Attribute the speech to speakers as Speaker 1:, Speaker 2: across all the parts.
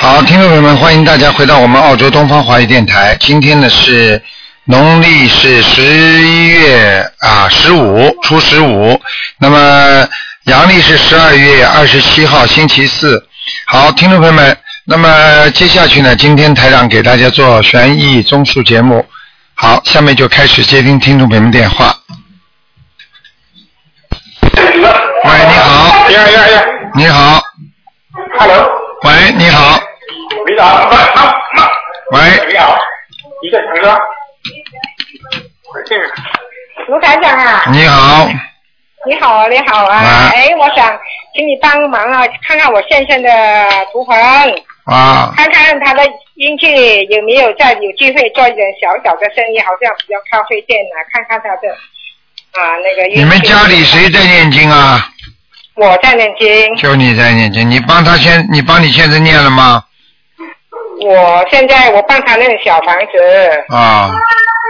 Speaker 1: 好，听众朋友们，欢迎大家回到我们澳洲东方华语电台。今天呢是农历是十一月啊十五，初十五。那么阳历是十二月二十七号，星期四。好，听众朋友们，那么接下去呢，今天台长给大家做悬疑综述节目。好，下面就开始接听听众朋友们电话。喂，你好，
Speaker 2: 呀呀呀
Speaker 1: 你好，
Speaker 2: 哎！Hello，
Speaker 1: 喂，你好，
Speaker 2: 你好，
Speaker 1: 喂，
Speaker 2: 哎你好，嗯你在唱歌？这个
Speaker 3: 卢台长啊，
Speaker 1: 你好，
Speaker 3: 你好啊，你好啊，
Speaker 1: 啊
Speaker 3: 哎，我想请你帮个忙啊，看看我先生的图腾，
Speaker 1: 啊。
Speaker 3: 看看他的运气有没有在有机会做一点小小的生意，好像比较咖啡店啊，看看他的啊那个运气。
Speaker 1: 你们家里谁在念经啊？
Speaker 3: 我在念经，
Speaker 1: 就你在念经，你帮他先，你帮你先生念了吗？
Speaker 3: 我现在我帮他念小房子，
Speaker 1: 啊，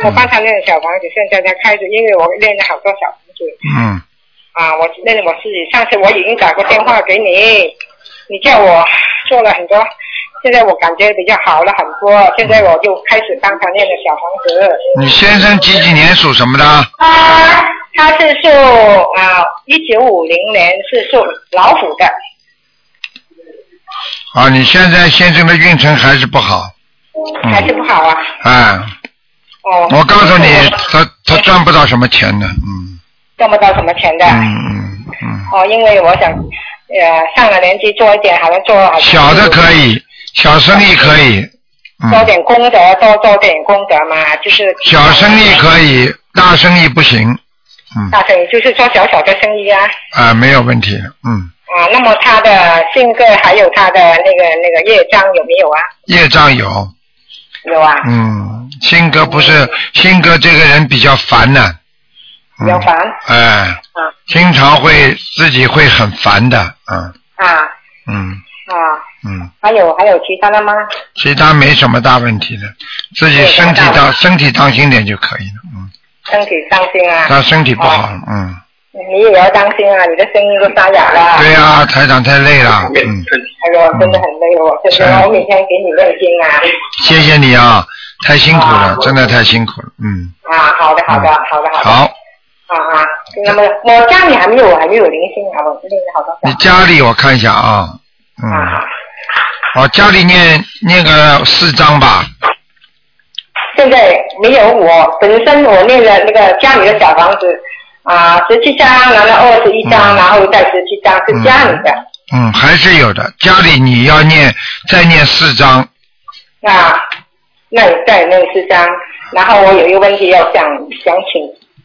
Speaker 3: 我帮他念小房子，现在才开始，因为我念了好多小房子。
Speaker 1: 嗯，
Speaker 3: 啊，我那我自己上次我已经打过电话给你，你叫我做了很多，现在我感觉比较好了很多，现在我就开始帮他念了小房子。
Speaker 1: 你先生几几年属什么的？
Speaker 3: 他他是属啊一九五零年是属老虎的，
Speaker 1: 啊，你现在先生的运程还是不好，嗯
Speaker 3: 还是不好啊？
Speaker 1: 哎，
Speaker 3: 哦，
Speaker 1: 我告诉你，他他赚不到什么钱的，嗯
Speaker 3: 赚不到什么钱的。
Speaker 1: 嗯嗯嗯，
Speaker 3: 哦，因为我想，呃，上了年纪做一点，好像做好像
Speaker 1: 小的可以，小生意可以，
Speaker 3: 做
Speaker 1: 嗯，
Speaker 3: 点功德，多做点功德嘛，就是
Speaker 1: 小生意可以，大生意不行，嗯，
Speaker 3: 大生意，就是做小小的生意啊。
Speaker 1: 啊，没有问题，嗯，
Speaker 3: 啊，那么他的性格还有他的那个那个业障有没有啊？
Speaker 1: 业障有，
Speaker 3: 有啊，
Speaker 1: 嗯，性格不是性格，这个人比较烦呢、
Speaker 3: 比较烦
Speaker 1: 嗯。哎，经常会自己会很烦的，嗯
Speaker 3: 啊
Speaker 1: 嗯
Speaker 3: 啊，
Speaker 1: 嗯，
Speaker 3: 还有还有其他的吗？
Speaker 1: 其他没什么大问题的，自己身体当身体当心点就可以了，嗯，
Speaker 3: 身体伤心啊，
Speaker 1: 他身体不好，嗯，
Speaker 3: 你也要当心啊，你的声音都沙哑了。
Speaker 1: 对啊，台长太累了，嗯，
Speaker 3: 哎呦，真的很累哦，真
Speaker 1: 啊
Speaker 3: 的，我每天给你念经啊。
Speaker 1: 谢谢你啊，太辛苦了，真的太辛苦了，嗯，
Speaker 3: 啊，好的，好的，好的，的。
Speaker 1: 好，
Speaker 3: 啊啊，那么我家里还没有，还没有灵性啊，我念了好多
Speaker 1: 你
Speaker 3: 张。
Speaker 1: 家里我看一下啊，嗯，
Speaker 3: 啊，
Speaker 1: 我家里念念个四张吧，
Speaker 3: 现在没有我本身我念了那个家里的小房子啊，十七张，然后二十一张，
Speaker 1: 嗯
Speaker 3: 然后再十七张是家里的、
Speaker 1: 嗯，还是有的。家里你要念，再念四张，嗯
Speaker 3: 啊，那你再念四张，然后我有一个问题要想想请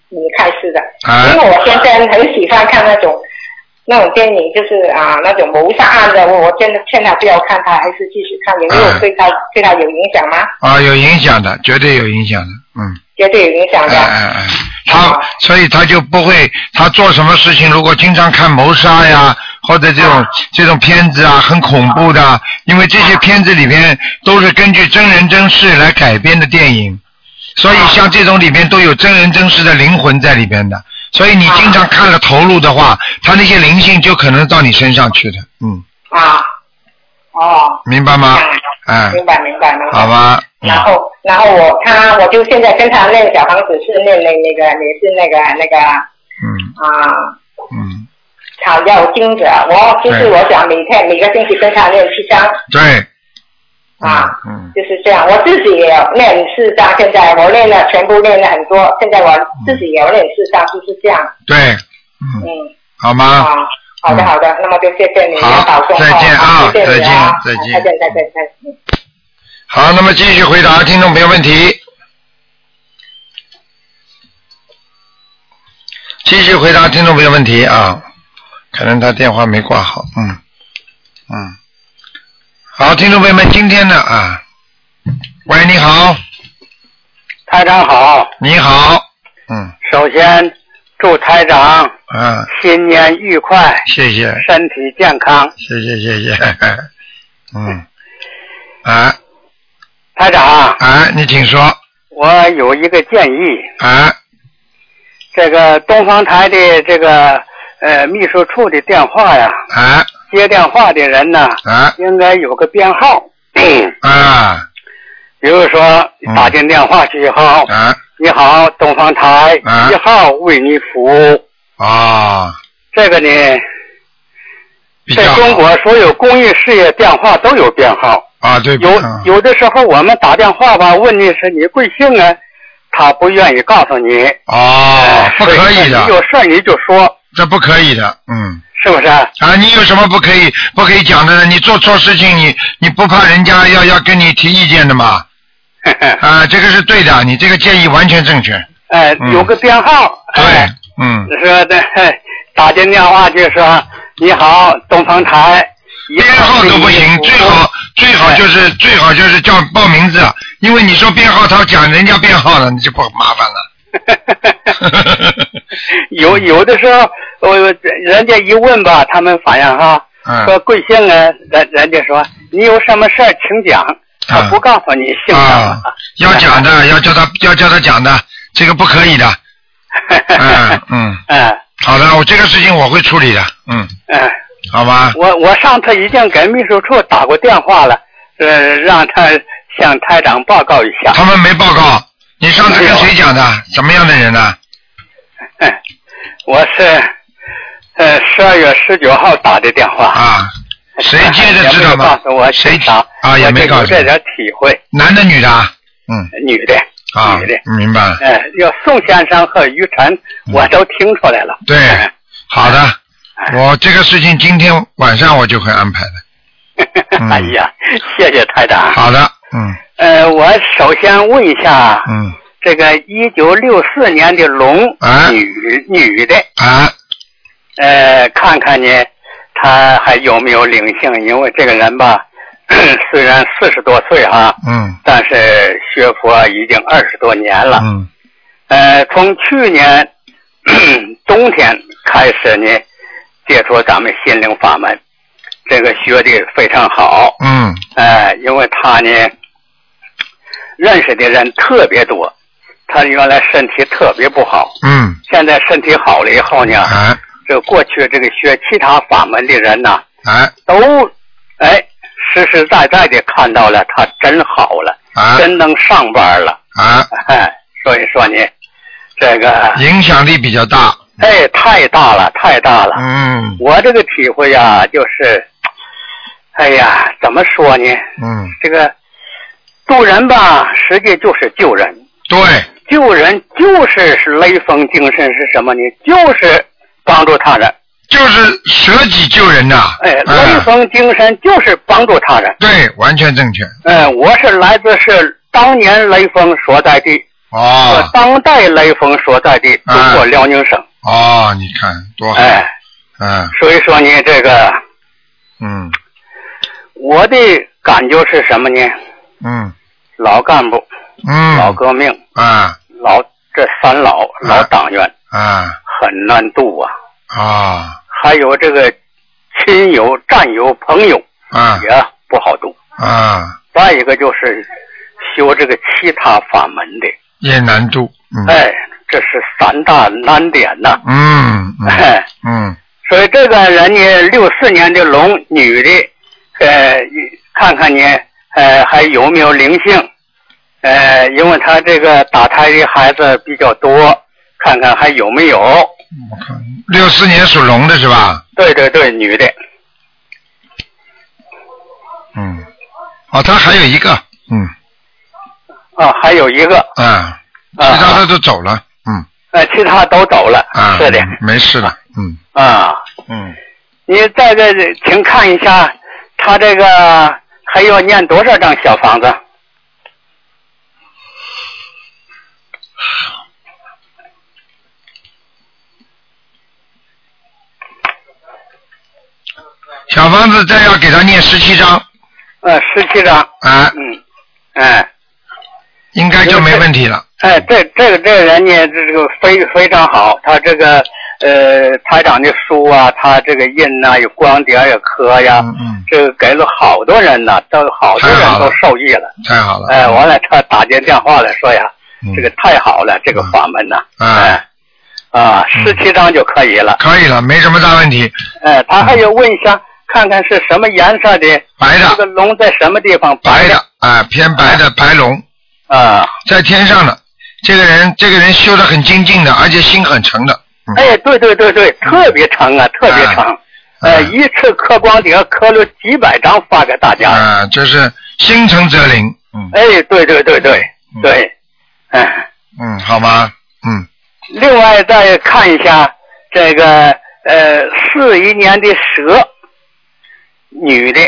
Speaker 3: 你开始的，
Speaker 1: 啊
Speaker 3: 因为我先生很喜欢看那种那种电影，就是啊那种谋杀案的，我我真的劝他不要看，他还是继续看，有没
Speaker 1: 嗯
Speaker 3: 有对他、对他有影响吗？
Speaker 1: 啊，有影响的，绝对有影响的，嗯，
Speaker 3: 绝对有影响
Speaker 1: 哎
Speaker 3: 的。
Speaker 1: 哎哎，他所以他就不会，他做什么事情，如果经常看谋杀呀，或者这
Speaker 3: 啊
Speaker 1: 种这种片子啊，很恐怖的，因为这些片子里面都是根据真人真事来改编的电影，所以
Speaker 3: 啊
Speaker 1: 像这种里面都有真人真事的灵魂在里边的，所以你经常看了投入的话，他那些灵性就可能到你身上去的，嗯，
Speaker 3: 啊，哦，
Speaker 1: 明白吗？哎、
Speaker 3: 明白明白明白。
Speaker 1: 好吧，嗯
Speaker 3: 然后，然后我他我就现在跟他那个小房子是那那那个也是那个那个
Speaker 1: 嗯
Speaker 3: 啊
Speaker 1: 嗯，
Speaker 3: 草药精子，啊我就是
Speaker 1: 对
Speaker 3: 我想每天每个星期跟他念七章
Speaker 1: 对，
Speaker 3: 啊，
Speaker 1: 嗯
Speaker 3: 就是这样。我自己也念四章，现在我练了全部练了很多，现在我自己也练四章，就是这样。
Speaker 1: 对，
Speaker 3: 嗯
Speaker 1: 嗯，好吗？
Speaker 3: 啊，好的
Speaker 1: 嗯
Speaker 3: 好的，那么就谢谢你，
Speaker 1: 好
Speaker 3: 要保重
Speaker 1: 再见啊
Speaker 3: 啊，谢谢你啊，
Speaker 1: 再见
Speaker 3: 再
Speaker 1: 再见
Speaker 3: 见再见再见。
Speaker 1: 好，那么继续回答听众朋友问题。继续回答听众朋友问题啊，可能他电话没挂好，嗯嗯，好，听众朋友们，今天的啊，喂，你好，
Speaker 4: 台长好，
Speaker 1: 你好，嗯
Speaker 4: 首先祝台长
Speaker 1: 啊，
Speaker 4: 新年愉快，
Speaker 1: 谢谢
Speaker 4: 身体健康。
Speaker 1: 谢谢谢谢， 嗯，啊
Speaker 4: 台长，
Speaker 1: 啊，你请说
Speaker 4: 我有一个建议，
Speaker 1: 啊，
Speaker 4: 这个东方台的这个呃秘书处的电话呀，
Speaker 1: 啊
Speaker 4: 接电话的人呢，
Speaker 1: 啊
Speaker 4: 应该有个编号，
Speaker 1: 啊
Speaker 4: 比如说打进电话去以后，
Speaker 1: 啊
Speaker 4: 你好，东方台
Speaker 1: 啊
Speaker 4: 一号为你服务，
Speaker 1: 啊，
Speaker 4: 这个呢，
Speaker 1: 比
Speaker 4: 在
Speaker 1: 较
Speaker 4: 中
Speaker 1: 好
Speaker 4: 国所有公益事业电话都有编号。
Speaker 1: 啊，对，
Speaker 4: 有
Speaker 1: 嗯
Speaker 4: 有的时候我们打电话吧，问你是你贵姓啊，他不愿意告诉你。
Speaker 1: 哦
Speaker 4: 哎，
Speaker 1: 不可以
Speaker 4: 所
Speaker 1: 的，
Speaker 4: 有事儿你就说，
Speaker 1: 这不可以的，嗯。
Speaker 4: 是不是？
Speaker 1: 啊，你有什么不可以不可以讲的呢？你做错事情，你你不怕人家要要跟你提意见的吗？啊，这个是对的，你这个建议完全正确。
Speaker 4: 哎
Speaker 1: 嗯，
Speaker 4: 有个编号，
Speaker 1: 对
Speaker 4: 哎，，
Speaker 1: 嗯，
Speaker 4: 说的哎打进电话就说你好，东方台，一
Speaker 1: 编号都不行，
Speaker 4: 一
Speaker 1: 最好最好
Speaker 4: 哎
Speaker 1: 就是最好就是叫报名字，因为你说编号，他讲人家编号了，你就不麻烦了。
Speaker 4: 有有的时候，我人家一问吧，他们反映哈，
Speaker 1: 嗯
Speaker 4: 说贵姓啊，人人家说你有什么事儿请讲，他不告诉你姓什
Speaker 1: 嗯啊
Speaker 4: 么，，
Speaker 1: 要讲的，要叫他要叫他讲的，这个不可以 的。嗯嗯，
Speaker 4: 嗯
Speaker 1: 好的，我这个事情我会处理的。嗯，
Speaker 4: 嗯，
Speaker 1: 好吧。
Speaker 4: 我我上次已经给秘书处打过电话了，呃，让他向台长报告一下。
Speaker 1: 他们没报告。你上次跟谁讲的？什么样的人啊呢？
Speaker 4: 嗯，我是呃十二月十九号打的电话。呃
Speaker 1: 啊，谁接的知道
Speaker 4: 也没有
Speaker 1: 吗
Speaker 4: 告诉？ 我
Speaker 1: 谁
Speaker 4: 是啥
Speaker 1: 啊？也没告
Speaker 4: 我
Speaker 1: 诉
Speaker 4: 就有这。点体会，
Speaker 1: 男的女的啊？嗯
Speaker 4: 女的，
Speaker 1: 啊
Speaker 4: 女的，，
Speaker 1: 明白了。
Speaker 4: 哎，要宋先生和于晨，
Speaker 1: 嗯
Speaker 4: 我都听出来了。
Speaker 1: 对
Speaker 4: 哎
Speaker 1: 好的，我这个事情今天晚上我就会安排的。嗯
Speaker 4: 哎呀，谢谢台长。
Speaker 1: 好的，嗯
Speaker 4: 呃，我首先问一下，
Speaker 1: 嗯
Speaker 4: 这个一九六四年的龙、
Speaker 1: 啊
Speaker 4: 女女的，
Speaker 1: 啊，
Speaker 4: 呃，看看呢，她还有没有灵性？因为这个人吧， 虽然四十多岁啊，
Speaker 1: 嗯
Speaker 4: 但是学佛已经二十多年了。
Speaker 1: 嗯
Speaker 4: 呃，从去年 冬天开始呢，接触咱们心灵法门，这个学的非常好。
Speaker 1: 嗯
Speaker 4: 呃，因为他呢，认识的人特别多，他原来身体特别不好，
Speaker 1: 嗯
Speaker 4: 现在身体好了以后呢，
Speaker 1: 啊
Speaker 4: 这过去这个学其他法门的人呐，
Speaker 1: 啊
Speaker 4: 都哎实实在在的看到了他真好了，
Speaker 1: 啊
Speaker 4: 真能上班了。
Speaker 1: 啊，
Speaker 4: 哎，所以说呢，这个
Speaker 1: 影响力比较大。
Speaker 4: 哎太大了，太大了。
Speaker 1: 嗯
Speaker 4: 我这个体会啊，就是，哎呀，怎么说呢？
Speaker 1: 嗯，
Speaker 4: 这个渡人吧，实际就是救人，
Speaker 1: 对，
Speaker 4: 救人就是是雷锋精神是什么呢？就是帮助他人。
Speaker 1: 就是舍己救人呐。
Speaker 4: 哎，雷
Speaker 1: 嗯
Speaker 4: 锋精神就是帮助他人。
Speaker 1: 对，完全正确。
Speaker 4: 嗯，我是来自是当年雷锋所在地，
Speaker 1: 哦
Speaker 4: 呃，当代雷锋所在地，
Speaker 1: 嗯
Speaker 4: 中国辽宁省。
Speaker 1: 哦，你看多好，
Speaker 4: 哎，
Speaker 1: 嗯
Speaker 4: 所以说呢，这个
Speaker 1: 嗯
Speaker 4: 我的感觉是什么呢？
Speaker 1: 嗯
Speaker 4: 老干部、老
Speaker 1: 嗯，
Speaker 4: 革命、
Speaker 1: 啊
Speaker 4: 老这三老老党员
Speaker 1: 啊
Speaker 4: 很难度啊，
Speaker 1: 啊
Speaker 4: 还有这个亲友、战友、朋友
Speaker 1: 啊
Speaker 4: 也不好度。
Speaker 1: 啊，
Speaker 4: 再一个就是修这个其他法门的，
Speaker 1: 也难度，嗯
Speaker 4: 哎，这是三大难点呐、
Speaker 1: 嗯嗯
Speaker 4: 哎，
Speaker 1: 嗯
Speaker 4: 所以这个人呢，六四年的龙女的，呃，看看呢，呃，还有没有灵性？呃，因为他这个打胎的孩子比较多，看看还有没有？
Speaker 1: 六四年属龙的是吧？
Speaker 4: 对对对，女的，
Speaker 1: 嗯，哦，他还有一个，嗯
Speaker 4: 啊，还有一个，
Speaker 1: 啊，其
Speaker 4: 啊
Speaker 1: 他的都走了，嗯
Speaker 4: 呃，其他都走了。
Speaker 1: 啊，
Speaker 4: 是的，
Speaker 1: 没事了，嗯
Speaker 4: 啊，
Speaker 1: 嗯，
Speaker 4: 你在这里，请看一下，他这个还要念多少张小房子？
Speaker 1: 小房子再要给他念十七章
Speaker 4: 呃，十七张。
Speaker 1: 啊，
Speaker 4: 嗯，哎。
Speaker 1: 应该就没问题了，
Speaker 4: 哎，这这个这个人呢，这这个非非常好，他这个呃台长的书啊，他这个印呐、有光碟有刻呀，
Speaker 1: 嗯嗯，
Speaker 4: 这个给了好多人呐、都好多
Speaker 1: 太好
Speaker 4: 人
Speaker 1: 了
Speaker 4: 都受益了。
Speaker 1: 太好了，
Speaker 4: 哎，完了，他打进电话来说呀，
Speaker 1: 嗯
Speaker 4: 这个太好了，这个法门呐、
Speaker 1: 嗯
Speaker 4: 哎。啊，十七章就可以了。
Speaker 1: 可以了，没什么大问题，
Speaker 4: 哎，他还要问一下，看看是什么颜色的，
Speaker 1: 白
Speaker 4: 这
Speaker 1: 的，
Speaker 4: 个龙在什么地方？
Speaker 1: 白的啊，偏白的白龙
Speaker 4: 啊。
Speaker 1: 在天上的。这个人，这个人修得很精进的，而且心很诚的。嗯
Speaker 4: 哎，对对对对，特别长啊，特别长。呃，
Speaker 1: 嗯
Speaker 4: 一次刻光碟刻了几百张发给大家。
Speaker 1: 啊，就是心诚则灵。嗯
Speaker 4: 哎，对对对对
Speaker 1: 嗯
Speaker 4: 对，嗯。
Speaker 1: 嗯，好吗？嗯，
Speaker 4: 另外再看一下这个呃四一年的蛇，女的，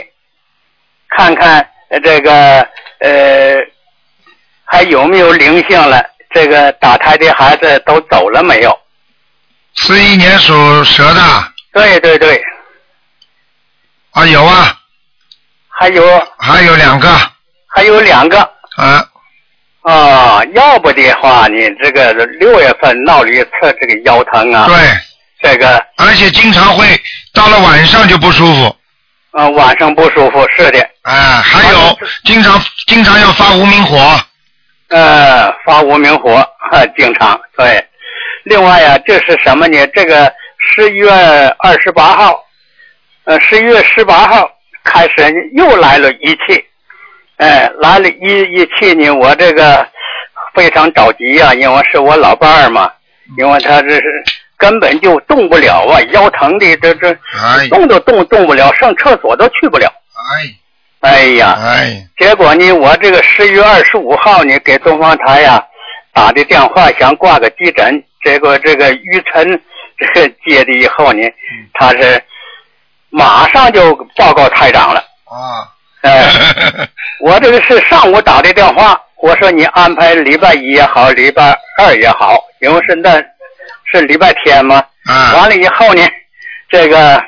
Speaker 4: 看看呃这个呃还有没有灵性了？这个打胎的孩子都走了没有？
Speaker 1: 四一年属蛇的啊，
Speaker 4: 对对对，
Speaker 1: 有啊，
Speaker 4: 还有
Speaker 1: 还有两个
Speaker 4: 还有两个
Speaker 1: 啊，
Speaker 4: 啊，要不的话你这个六月份闹了一次这个腰疼啊，
Speaker 1: 对，
Speaker 4: 这个
Speaker 1: 而且经常会到了晚上就不舒服。
Speaker 4: 呃晚上不舒服，是的，
Speaker 1: 啊，还有经常经常要发无名火，
Speaker 4: 呃，发无名火， 啊，经常对。另外呀、这是什么呢？这个十一月二十八号，呃，十一月十八号开始又来了一气，哎、来了一一气呢，我这个非常着急呀、因为是我老伴儿嘛，因为他这是根本就动不了啊，腰疼的这这
Speaker 1: 哎
Speaker 4: 动都动动不了，上厕所都去不了，
Speaker 1: 哎
Speaker 4: 哎呀，
Speaker 1: 哎，
Speaker 4: 结果呢，我这个十月二十五号呢，给东方台呀、打的电话，想挂个急诊。结果这个于晨这个接的以后呢，他是马上就报告台长了。
Speaker 1: 啊，
Speaker 4: 哎， 我这个是上午打的电话，我说你安排礼拜一也好，礼拜二也好，因为是那是礼拜天嘛。
Speaker 1: 啊
Speaker 4: 完了以后呢，这个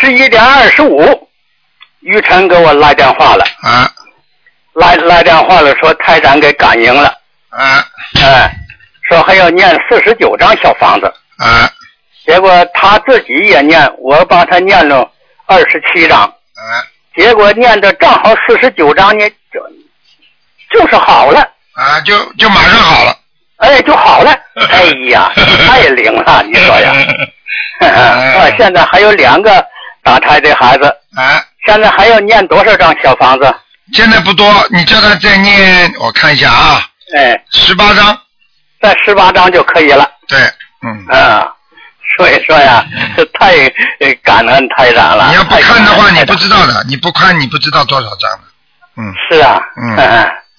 Speaker 4: 十一点二十五，于晨给我来电话了。
Speaker 1: 啊
Speaker 4: 来来电话了，说台长给感应了，
Speaker 1: 啊
Speaker 4: 哎，说还要念四十九张小房子，
Speaker 1: 啊
Speaker 4: 结果他自己也念，我帮他念了二十七张，
Speaker 1: 啊
Speaker 4: 结果念的正好四十九张呢，就就是好了，
Speaker 1: 啊，就就马上好了。
Speaker 4: 哎，就好了，哎呀，太灵了，你说呀， 啊，现在还有两个打胎的孩子，
Speaker 1: 啊，
Speaker 4: 现在还要念多少张小房子？
Speaker 1: 现在不多，你叫他再念，我看一下啊，
Speaker 4: 哎，
Speaker 1: 十八章，
Speaker 4: 在十八张就可以了。
Speaker 1: 对，嗯，
Speaker 4: 啊，所以说呀， 这太呃感恩台长了。
Speaker 1: 你要不
Speaker 4: 太感
Speaker 1: 看
Speaker 4: 恩
Speaker 1: 的话，你
Speaker 4: 台
Speaker 1: 不
Speaker 4: 长
Speaker 1: 知道的，你不看你不知道多少章的。嗯
Speaker 4: 是 啊，
Speaker 1: 嗯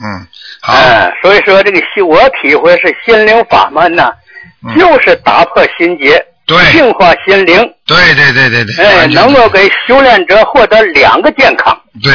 Speaker 1: 嗯，好，
Speaker 4: 嗯，所以说这个心，我体会是心灵法门呐，
Speaker 1: 嗯
Speaker 4: 就是打破心结，
Speaker 1: 对
Speaker 4: 净化心灵，
Speaker 1: 对对对对对，
Speaker 4: 哎，
Speaker 1: 完全
Speaker 4: 能够给修炼者获得两个健康，
Speaker 1: 对，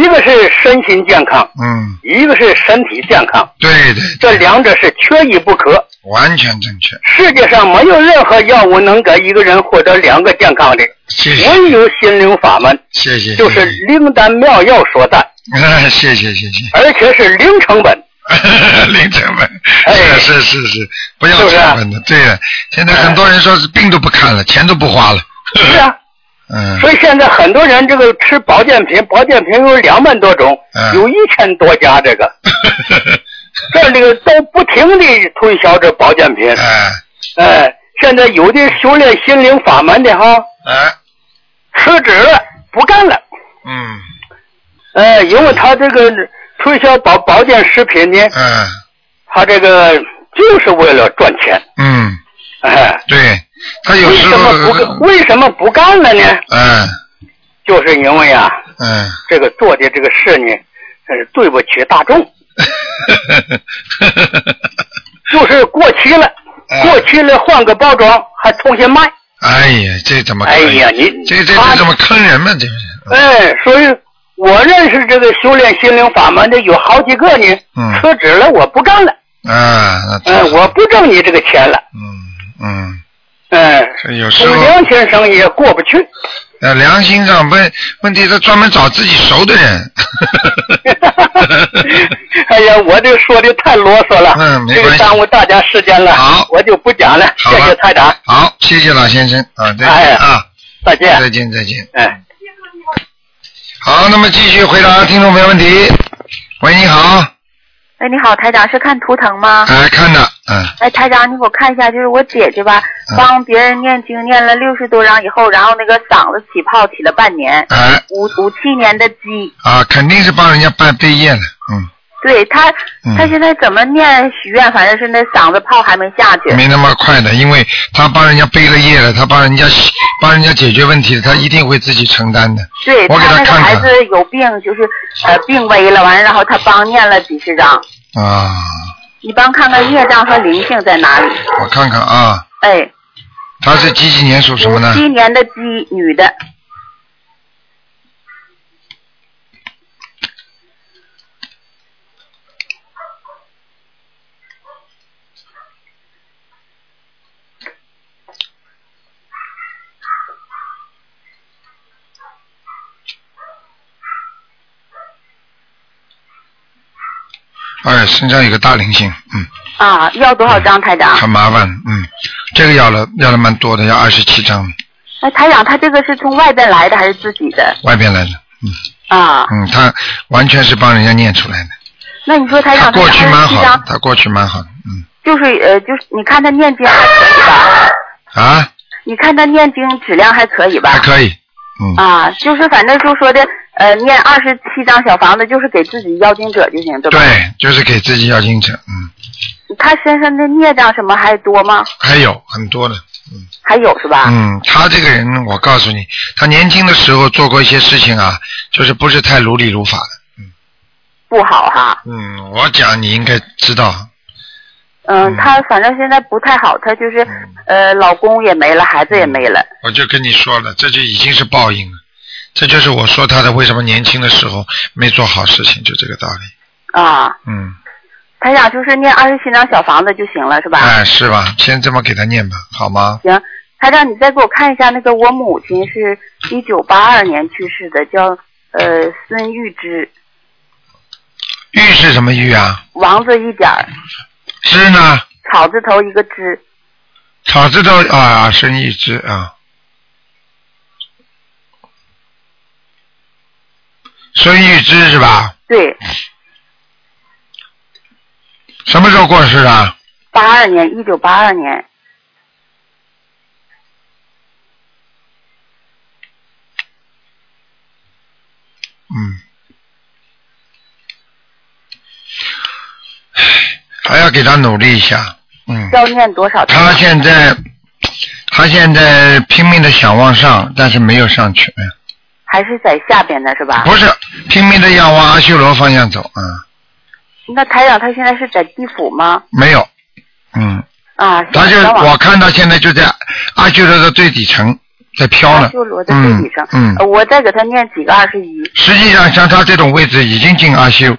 Speaker 4: 一个是身心健康，
Speaker 1: 嗯，
Speaker 4: 一个是身体健康，
Speaker 1: 对对，
Speaker 4: 这
Speaker 1: 对
Speaker 4: 两者是缺一不可。
Speaker 1: 完全正确，
Speaker 4: 世界上没有任何药物能给一个人获得两个健康的，
Speaker 1: 谢谢
Speaker 4: 唯有心灵法门。
Speaker 1: 谢谢，
Speaker 4: 哎就是
Speaker 1: 谢谢
Speaker 4: 灵丹妙药所在，
Speaker 1: 啊，谢 谢谢谢，
Speaker 4: 而且是零成本。
Speaker 1: 嗯零成本，
Speaker 4: 哎
Speaker 1: 啊是是是是，不要
Speaker 4: 是不是啊哎
Speaker 1: 成本的。对了，现在很多人说是病都不看了，钱都不花了。
Speaker 4: 是啊，
Speaker 1: 嗯，
Speaker 4: 所以现在很多人这个吃保健品，保健品有两万多种
Speaker 1: 嗯，
Speaker 4: 有一千多家，这个这里都不停的推销这保健品。
Speaker 1: 哎
Speaker 4: 哎，现在有的修炼心灵法门的哈，
Speaker 1: 哎，
Speaker 4: 辞职了，不干了。
Speaker 1: 嗯
Speaker 4: 哎，因为他这个推销保保健食品呢，
Speaker 1: 嗯
Speaker 4: 他这个就是为了赚钱。
Speaker 1: 嗯，
Speaker 4: 哎，
Speaker 1: 对，他有
Speaker 4: 为
Speaker 1: 时
Speaker 4: 什么不干
Speaker 1: 候，
Speaker 4: 为什么不干了呢？
Speaker 1: 嗯
Speaker 4: 就是因为啊，
Speaker 1: 嗯，
Speaker 4: 这个做的这个事呢，呃，对不起大众，就是过期了，
Speaker 1: 哎
Speaker 4: 过期了换个包装还重新卖，
Speaker 1: 哎呀，这怎么可
Speaker 4: 哎
Speaker 1: 以？
Speaker 4: 呀，你
Speaker 1: 这这
Speaker 4: 他
Speaker 1: 这怎么坑人嘛？这不是？
Speaker 4: 哎，所以我认识这个修炼心灵法门的有好几个呢，
Speaker 1: 嗯
Speaker 4: 辞职了，我不干了，
Speaker 1: 啊，那
Speaker 4: 嗯、
Speaker 1: 太好
Speaker 4: 我不挣你这个钱了，
Speaker 1: 嗯嗯，
Speaker 4: 嗯、
Speaker 1: 这有时
Speaker 4: 从
Speaker 1: 候。
Speaker 4: 良心上也过不去，
Speaker 1: 呃，良心上问问题，他专门找自己熟的人。
Speaker 4: 哎呀，我这说的太啰嗦了，
Speaker 1: 嗯没
Speaker 4: 这
Speaker 1: 关
Speaker 4: 个
Speaker 1: 系
Speaker 4: 耽误大家时间了，
Speaker 1: 好
Speaker 4: 我就不讲了，
Speaker 1: 好
Speaker 4: 谢
Speaker 1: 了
Speaker 4: 谢台长，
Speaker 1: 好，谢谢老先生啊，再
Speaker 4: 哎
Speaker 1: 见啊，
Speaker 4: 再见，
Speaker 1: 再见再见。
Speaker 4: 哎。
Speaker 1: 好，那么继续回答听众朋友问题。喂，你好，
Speaker 5: 哎，你好，台长，是看图腾吗？
Speaker 1: 哎，看嗯着，嗯，
Speaker 5: 哎，台长，你给我看一下，就是我姐姐吧，帮别人念经念了六十多章以后，然后那个嗓子起泡起了半年，
Speaker 1: 哎，
Speaker 5: 五五七年的鸡，
Speaker 1: 啊，肯定是帮人家办背业了，嗯，
Speaker 5: 对她，
Speaker 1: 嗯
Speaker 5: 她现在怎么念许愿，反正是那嗓子泡还没下去。
Speaker 1: 没那么快的，因为他帮人家背了业了，他帮人家帮人家解决问题了，他一定会自己承担的。
Speaker 5: 对
Speaker 1: 我给
Speaker 5: 她
Speaker 1: 她
Speaker 5: 那个
Speaker 1: 看嗯
Speaker 5: 孩
Speaker 1: 看
Speaker 5: 子有病，就是呃病危了，完了然后她帮念了几十章，
Speaker 1: 啊，
Speaker 5: 你帮看看业障和灵性在哪里？
Speaker 1: 我看看啊，
Speaker 5: 哎，
Speaker 1: 他是几几年属什么
Speaker 5: 五
Speaker 1: 呢？
Speaker 5: 七年的鸡，女的，
Speaker 1: 哎，身上有个大灵性，嗯，
Speaker 5: 啊，要多少张台长？
Speaker 1: 很麻烦，嗯，这个要了要了蛮多的，要二十七张，
Speaker 5: 哎，台长，他这个是从外边来的还是自己的
Speaker 1: 外边来的，
Speaker 5: 啊？
Speaker 1: 嗯，他完全是帮人家念出来的，
Speaker 5: 那你说台
Speaker 1: 他
Speaker 5: 长，
Speaker 1: 过去
Speaker 5: 他
Speaker 1: 蛮
Speaker 5: 二十
Speaker 1: 哎好
Speaker 5: 七
Speaker 1: 的
Speaker 5: 张，，
Speaker 1: 他过去蛮好的，嗯，
Speaker 5: 就是呃，就是你看他念经还可以吧？
Speaker 1: 啊，
Speaker 5: 你看他念经质量还可以吧
Speaker 1: 还？可以，嗯，
Speaker 5: 啊，就是反正就说的，呃，念二十七张小房子，就是给自己要经者就行，对吧？
Speaker 1: 对，就是给自己要精神，嗯，
Speaker 5: 他身上的孽障什么还多吗？
Speaker 1: 还有很多的，
Speaker 5: 还有是吧？
Speaker 1: 嗯，他这个人，我告诉你，他年轻的时候做过一些事情啊，就是不是太如理如法的，
Speaker 5: 不好哈。
Speaker 1: 嗯，我讲你应该知道，
Speaker 5: 嗯，他反正现在不太好，他就是呃，老公也没了，孩子也没了。
Speaker 1: 我就跟你说了，这就已经是报应了，这就是我说他的为什么年轻的时候没做好事情，就这个道理。
Speaker 5: 啊，
Speaker 1: 嗯，
Speaker 5: 台长就是念二十七张小房子就行了，是吧？
Speaker 1: 哎，是吧？先这么给他念吧，好吗？
Speaker 5: 行，台长，你再给我看一下那个，我母亲是一九八二年去世的，叫呃孙玉芝，
Speaker 1: 玉是什么玉啊？
Speaker 5: 王字一点儿，
Speaker 1: 枝呢？
Speaker 5: 草字头一个芝，
Speaker 1: 草字头啊，生一枝啊。孙玉芝是吧？
Speaker 5: 对，
Speaker 1: 什么时候过世的？
Speaker 5: 八二年，一九八二年，
Speaker 1: 嗯，还要给他努力一下。嗯，
Speaker 5: 要念多少章啊？
Speaker 1: 他现在他现在拼命的想往上，但是没有上去。嗯
Speaker 5: 还是在下边的是吧？
Speaker 1: 不是拼命的要往阿修罗方向走。嗯，
Speaker 5: 那台长他现在是在地府吗？
Speaker 1: 没有。嗯，
Speaker 5: 啊，
Speaker 1: 他就
Speaker 5: 想往
Speaker 1: 我看他现在就在阿修罗的最底层在飘
Speaker 5: 阿
Speaker 1: 呢。
Speaker 5: 修罗的
Speaker 1: 嗯
Speaker 5: 地上，
Speaker 1: 嗯
Speaker 5: 呃，我再给他念几个二十一，
Speaker 1: 实际上，像他这种位置已经进阿修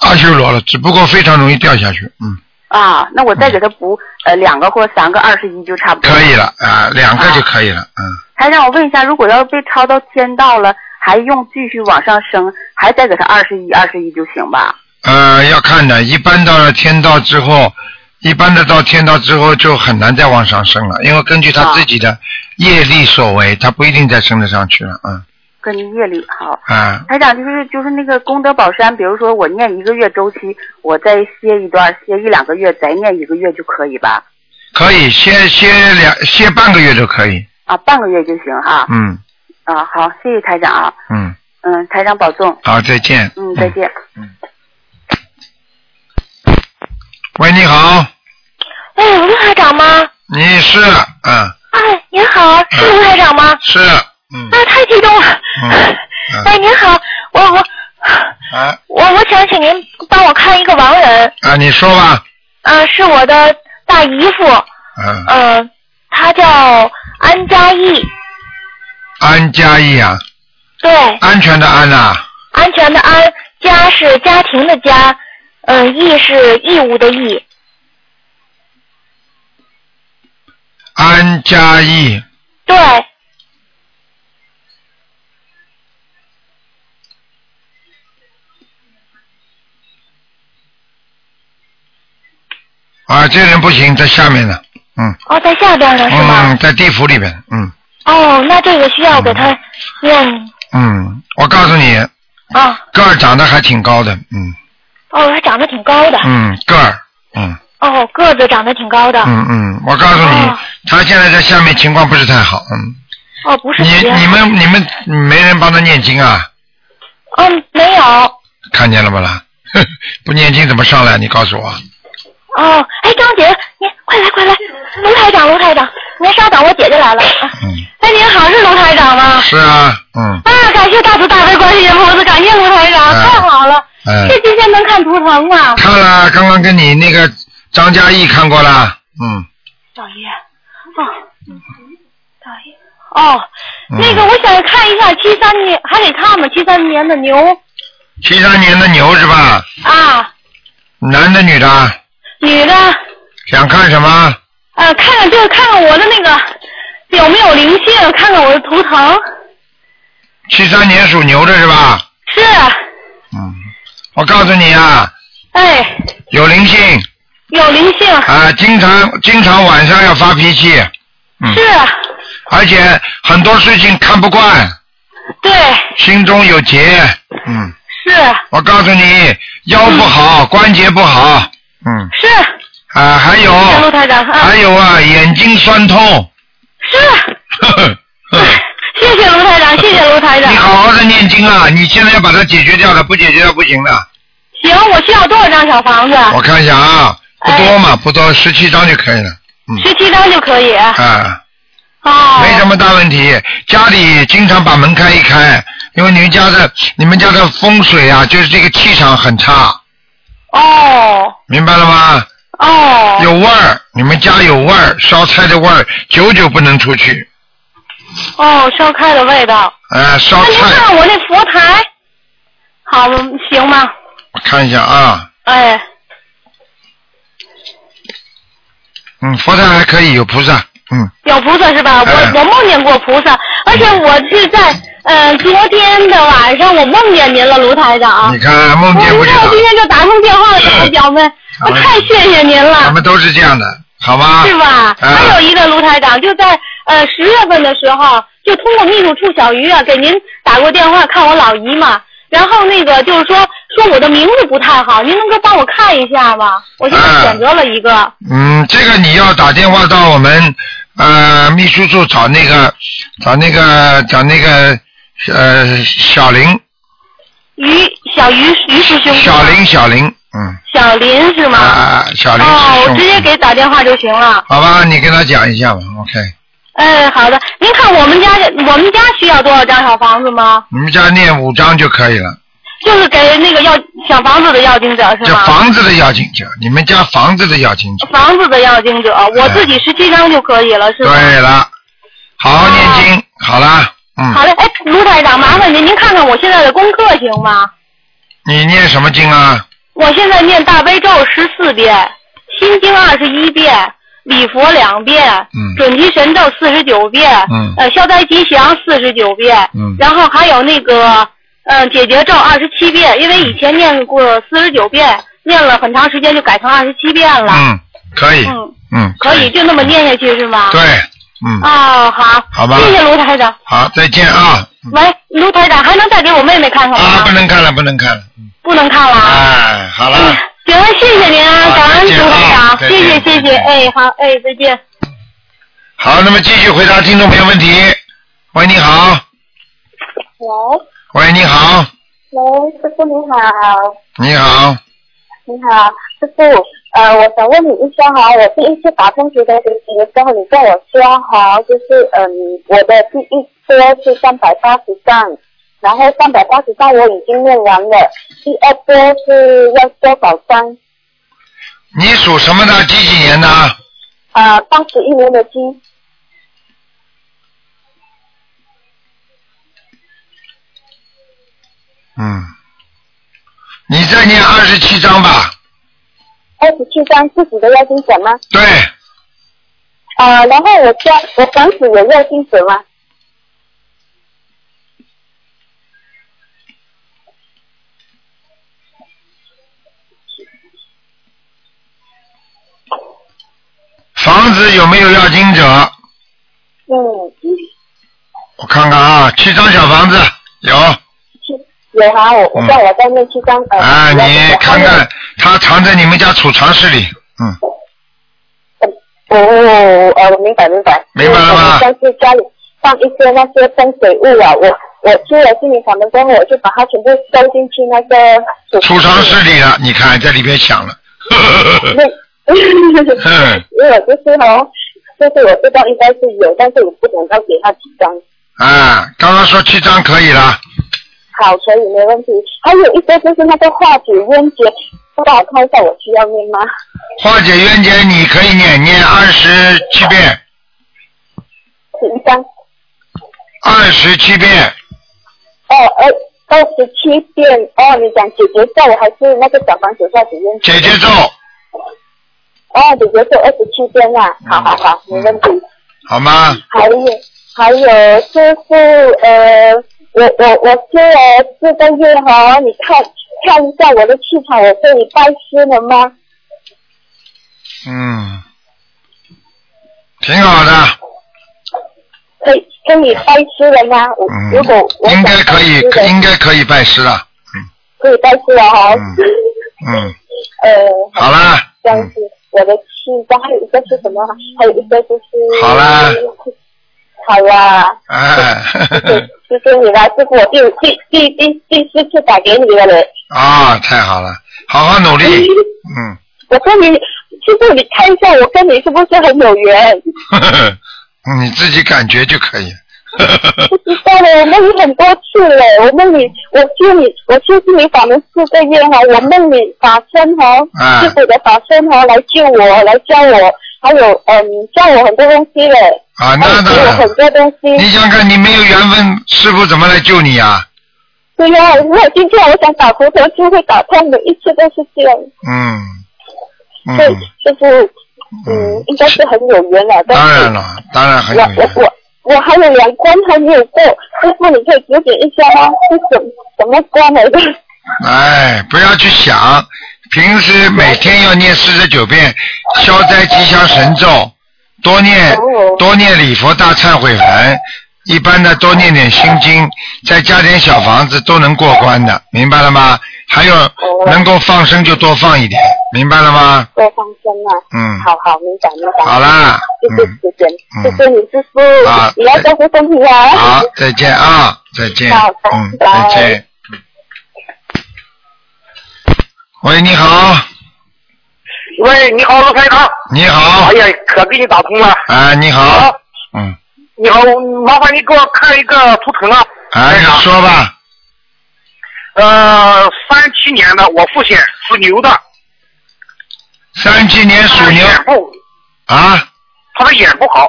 Speaker 1: 阿修罗了，只不过非常容易掉下去。嗯，
Speaker 5: 啊，那我再给他补、呃两个或三个二十一就差不多了。
Speaker 1: 可以了啊、两个就可以了。嗯。
Speaker 5: 还让我问一下，如果要是被抄到天道了，还用继续往上升，还再给他二十一、二十一就行吧？
Speaker 1: 呃，要看的，一般到了天道之后，一般的到天道之后就很难再往上升了，因为根据他
Speaker 5: 啊
Speaker 1: 自己的业力所为，他不一定再升得上去了，嗯
Speaker 5: 跟夜里好。
Speaker 1: 啊，
Speaker 5: 台长就是就是那个功德宝山，比如说我念一个月周期，我再歇一段，歇一两个月，再念一个月就可以吧？
Speaker 1: 可以歇歇两歇半个月都可以，
Speaker 5: 啊，半个月就行哈。
Speaker 1: 嗯
Speaker 5: 啊，好，谢谢台长啊。
Speaker 1: 嗯，
Speaker 5: 嗯，台长保重。
Speaker 1: 好，再见，
Speaker 5: 嗯，再见。
Speaker 1: 喂，你好，
Speaker 6: 哎，卢台长吗？
Speaker 1: 你是嗯
Speaker 6: 哎，您好，是卢台长吗？
Speaker 1: 是嗯
Speaker 6: 哎，太激动了。
Speaker 1: 嗯
Speaker 6: 哎，您好，我我
Speaker 1: 啊
Speaker 6: 我我想请您帮我看一个亡人，
Speaker 1: 啊，你说吧，
Speaker 6: 呃，是我的大姨夫，
Speaker 1: 嗯，
Speaker 6: 呃，他叫安嘉义，
Speaker 1: 安嘉义啊，
Speaker 6: 对，
Speaker 1: 安全的安啊呐、
Speaker 6: 安全的安，家是家庭的家，嗯、义是义务的义，
Speaker 1: 安嘉义，
Speaker 6: 对，
Speaker 1: 啊，这人不行，在下面呢，嗯
Speaker 6: 哦，在下边呢是吗
Speaker 1: 嗯，？在地府里边，嗯。
Speaker 6: 哦，那这个需要给他念
Speaker 1: 嗯，我告诉你，
Speaker 6: 啊。
Speaker 1: 个儿长得还挺高的，嗯，
Speaker 6: 哦，他长得挺高的。
Speaker 1: 嗯，个儿，嗯
Speaker 6: 哦，个子长得挺高的。
Speaker 1: 嗯嗯，我告诉你
Speaker 6: 啊哦，
Speaker 1: 他现在在下面情况不是太好，嗯，
Speaker 6: 哦，不是
Speaker 1: 你
Speaker 6: 特别
Speaker 1: 你们你们没人帮他念经啊？
Speaker 6: 嗯，没有。
Speaker 1: 看见了不啦？ 不念经怎么上来？你告诉我，
Speaker 6: 哦，哎，张姐，您快来快来，卢台长，卢台长，您稍等，我姐姐来了。啊
Speaker 1: 嗯，
Speaker 6: 哎，您好，是卢台长吗？
Speaker 1: 是啊，嗯
Speaker 6: 啊，感谢大慈大悲观世音菩萨，感谢卢台长，
Speaker 1: 哎
Speaker 6: 太好了！
Speaker 1: 哎
Speaker 6: 这，今天能看图腾啊吗？
Speaker 1: 看了，刚刚跟你那个张嘉译看过了，嗯，
Speaker 6: 老爷，哦，老爷，哦，
Speaker 1: 嗯
Speaker 6: 那个我想看一下七三年，还得看吗？七三年的牛
Speaker 1: 七三年的牛是吧？
Speaker 6: 啊，
Speaker 1: 男的女的？
Speaker 6: 女的，
Speaker 1: 想看什么？
Speaker 6: 呃，看看就是看看我的那个有没有灵性，看看我的图腾
Speaker 1: 七三年属牛的是吧？
Speaker 6: 是，
Speaker 1: 嗯，我告诉你啊，
Speaker 6: 哎，
Speaker 1: 有灵性
Speaker 6: 有灵性、
Speaker 1: 啊，经常经常晚上要发脾气，嗯
Speaker 6: 是，，
Speaker 1: 而且很多事情看不惯，
Speaker 6: 对，
Speaker 1: 心中有结，嗯，
Speaker 6: 是
Speaker 1: 我告诉你，腰不好，关节不好，嗯，
Speaker 6: 是，
Speaker 1: 啊，还有
Speaker 6: 谢谢陆台长，啊
Speaker 1: 还，有啊，眼睛酸 痛，
Speaker 6: 是。
Speaker 1: 呵呵呵
Speaker 6: 谢谢卢台长，谢谢卢台
Speaker 1: 嗯
Speaker 6: 长
Speaker 1: 你。好好的念经啊，你现在要把它解决掉的，不解决掉不行的。
Speaker 6: 行，我需要多少张小房子？
Speaker 1: 我看一下啊，不多嘛，不多，十七张就可以了，嗯，
Speaker 6: 十七张就可以。
Speaker 1: 啊。
Speaker 6: 哦，
Speaker 1: 没什么大问题。家里经常把门开一开，因为你们家的你们家的风水啊，就是这个气场很差，
Speaker 6: 哦
Speaker 1: 明白了吗？
Speaker 6: 哦
Speaker 1: 有味儿，你们家有味儿，烧菜的味儿，久久不能出去。
Speaker 6: 哦，烧开的味道。
Speaker 1: 呃，烧
Speaker 6: 哎那您看
Speaker 1: 菜，
Speaker 6: 看我那佛台，好行吗？
Speaker 1: 我看一下啊，
Speaker 6: 哎，
Speaker 1: 嗯，佛台还可以，有菩萨，嗯，
Speaker 6: 有菩萨是吧？我、
Speaker 1: 哎
Speaker 6: 我梦见过菩萨，而且我是在呃、昨天的晚上我梦见您了，卢台长。啊
Speaker 1: 你看
Speaker 6: 我
Speaker 1: 梦见不
Speaker 6: 知
Speaker 1: 就
Speaker 6: 道
Speaker 1: 好
Speaker 6: 哦我今天就打通电话
Speaker 1: 嗯
Speaker 6: 了，表妹，我太谢谢您了。
Speaker 1: 咱们都是这样的，好吗？
Speaker 6: 是吧？
Speaker 1: 嗯
Speaker 6: 还有一个卢台长，就在呃十月份的时候，就通过秘书处小鱼啊给您打过电话，看我老姨嘛。然后那个就是说说我的名字不太好，您能够帮我看一下吗？我现在选择了一个，
Speaker 1: 嗯，这个你要打电话到我们呃秘书处找那个找那个找那个呃小林
Speaker 6: 于小于于师兄是吗
Speaker 1: 小林小林，嗯
Speaker 6: 小林是
Speaker 1: 啊
Speaker 6: 吗？
Speaker 1: 啊小林师
Speaker 6: 哦，
Speaker 1: 兄，嗯
Speaker 6: 我直接给打电话就行了。
Speaker 1: 好吧，你跟他讲一下吧，OK。
Speaker 6: 哎，好的。您看我们家的我们家需要多少张小房子吗？
Speaker 1: 你们家念五章就可以了，
Speaker 6: 就是给那个要小房子的要经者是
Speaker 1: 这
Speaker 6: 吗？
Speaker 1: 房子的要紧者，你们家房子的要紧者。
Speaker 6: 房子的要经者，我自己十七张就可以了，是吗？
Speaker 1: 对了，好好念经，好啦，嗯，
Speaker 6: 好嘞，哎，卢台长，麻烦您，您看看我现在的功课行吗？
Speaker 1: 你念什么经啊？
Speaker 6: 我现在念大悲咒十四遍，心经二十一遍，礼佛两遍，
Speaker 1: 嗯
Speaker 6: 准提神咒四十九遍，
Speaker 1: 嗯
Speaker 6: 呃，消灾吉祥四十九遍，
Speaker 1: 嗯
Speaker 6: 然后还有那个，嗯，解结咒二十七遍，因为以前念过四十九遍，念了很长时间就改成二十七遍了，
Speaker 1: 嗯，可以，
Speaker 6: 嗯
Speaker 1: 嗯，
Speaker 6: 可以就那么念下去是吗？
Speaker 1: 对，嗯，
Speaker 6: 哦，好，
Speaker 1: 好吧
Speaker 6: 谢谢卢台长。
Speaker 1: 好，再见啊。
Speaker 6: 喂，卢台长，还能再给我妹妹看看吗？
Speaker 1: 啊，不能看了，不能看了。
Speaker 6: 不能看了啊。
Speaker 1: 哎，好了。
Speaker 6: 行，谢谢您啊，
Speaker 1: 好
Speaker 6: 感恩
Speaker 1: 再见
Speaker 6: 卢
Speaker 1: 啊
Speaker 6: 台长，
Speaker 1: 再
Speaker 6: 谢谢
Speaker 1: 见
Speaker 6: 谢
Speaker 1: 再
Speaker 6: 谢，
Speaker 1: 见
Speaker 6: 哎，好，哎，再见。
Speaker 1: 好，那么继续回答听众朋友问题。喂，你好。
Speaker 7: 喂，
Speaker 1: 喂，你好。
Speaker 7: 喂，师傅你好，
Speaker 1: 你好。
Speaker 7: 你好，师傅，呃，我想问你一下哈，我第一次打通直通学习的时候，你跟我说哈，就是嗯，我的第一波是三百八十张，然后三百八十张我已经念完了，第二波是要多少张？
Speaker 1: 你属什么的？几几年的？
Speaker 7: 呃，八十一年的鸡，
Speaker 1: 嗯。你再念二十七章吧。
Speaker 7: 二十七张自己的要精准吗？
Speaker 1: 对，
Speaker 7: 呃，然后我家我房子有要精准吗？
Speaker 1: 房子有没有要经者？
Speaker 7: 嗯，
Speaker 1: 我看看啊，七张小房子有。
Speaker 7: 七
Speaker 8: 有哈，我我
Speaker 1: 嗯
Speaker 8: 叫我在面去张呃。
Speaker 1: 啊，
Speaker 8: 我
Speaker 1: 你看看，他藏在你们家储藏室里，嗯，
Speaker 8: 我哦，呃，我明白明白。
Speaker 1: 明白了吗
Speaker 8: 但是家里放一些那些风水物啊，我我去了心灵法门之后，我就把它全部收进去那个储
Speaker 1: 储藏室里了，你看在里边想了， 嗯
Speaker 8: 那
Speaker 1: 哼，
Speaker 8: 因为我就是哦，就是我知道应该是有，但是我不想要给他几张。
Speaker 1: 啊，刚刚说七张可以了，
Speaker 8: 好，可以没问题。还有一个就是那个化解冤结，帮我看一下我需要念吗？
Speaker 1: 化解冤结你可以念念二十七遍，
Speaker 8: 是一张
Speaker 1: 二十七遍，
Speaker 8: 哦，二二十七遍哦，你讲姐姐咒还是那个小房子化解冤结？
Speaker 1: 姐姐咒，
Speaker 8: 哦，姐姐咒二十七遍啦、好好好，没问题。
Speaker 1: 好吗？
Speaker 8: 还有还有就是呃，我我我修了四个月哈、你看看一下我的气场，我可以拜师了吗？
Speaker 1: 嗯，挺好的，
Speaker 8: 可以可以拜师了吗？我、
Speaker 1: 嗯
Speaker 8: 如果我
Speaker 1: 应
Speaker 8: 想
Speaker 1: 该可以
Speaker 8: 拜师，的
Speaker 1: 应该可以拜师了，
Speaker 8: 可以拜师了哦哈、
Speaker 1: 嗯嗯，
Speaker 8: 呃，
Speaker 1: 好啦，嗯
Speaker 8: 这样子，我的气缸还有一个是什么？啊还有一个就是
Speaker 1: 好啦，
Speaker 8: 好啦，
Speaker 1: 哎，
Speaker 8: 谢谢你啦，师傅，我第五第第第第四次打给你了嘞。
Speaker 1: 啊、太好了，好好努力，嗯，
Speaker 8: 我跟你，师傅，你看一下，我跟你是不是很有缘？
Speaker 1: 呵呵嗯 你自己感觉就可以了，
Speaker 8: 不知道了，我梦你很多次了，我梦你，我修你，我修心理法门四个月哈，我梦你法身哈，
Speaker 1: 啊
Speaker 8: 师傅的法身哈来救我，来教我，还有嗯教我很多东西嘞，
Speaker 1: 啊，
Speaker 8: 还
Speaker 1: 那
Speaker 8: 有给哎我
Speaker 1: 当然
Speaker 8: 很，多东西。
Speaker 1: 你想看你没有缘分，师傅怎么来救你啊？
Speaker 8: 对呀、我今天我想打骨头就会打通的，一次都是这样。
Speaker 1: 嗯嗯
Speaker 8: 对，就是嗯
Speaker 1: 嗯，，
Speaker 8: 应该是很有缘了。但
Speaker 1: 当
Speaker 8: 是
Speaker 1: 然了，当然很
Speaker 8: 我
Speaker 1: 有
Speaker 8: 我
Speaker 1: 缘，
Speaker 8: 我我还有两关还没有过，师傅你可以指点一下吗？是什什么关来的？
Speaker 1: 哎，不要去想，平时每天要念四十九遍消灾吉祥神咒，多念
Speaker 8: 哦
Speaker 1: 多念礼佛大忏悔文，一般的多念点心经，再加点小房子都能过关的，明白了吗？还有能够放生就多放一点，明白了吗？
Speaker 8: 多放生啊！
Speaker 1: 嗯，
Speaker 8: 好好，明白明白。
Speaker 1: 好，啦，
Speaker 8: 谢谢
Speaker 1: 嗯，
Speaker 8: 谢谢
Speaker 1: 嗯
Speaker 8: 谢谢你师傅
Speaker 1: 啊，
Speaker 8: 你要照顾身体啊。
Speaker 1: 好，再见啊，再见，
Speaker 8: 好拜
Speaker 1: 嗯，再
Speaker 8: 拜
Speaker 1: 见。喂，你好，
Speaker 4: 喂，你好，罗台长。
Speaker 1: 你好
Speaker 4: 哎，呀，可给你打通了。
Speaker 1: 啊，你好，
Speaker 4: 好，
Speaker 1: 嗯，
Speaker 4: 你好，麻烦你给我看一个图腾啊。
Speaker 1: 啊，你说吧。
Speaker 4: 呃，三七年的，我父亲属牛的，
Speaker 1: 三七年
Speaker 4: 他
Speaker 1: 属
Speaker 4: 的
Speaker 1: 牛
Speaker 4: 眼部，哎
Speaker 1: 啊！
Speaker 4: 他的眼不好。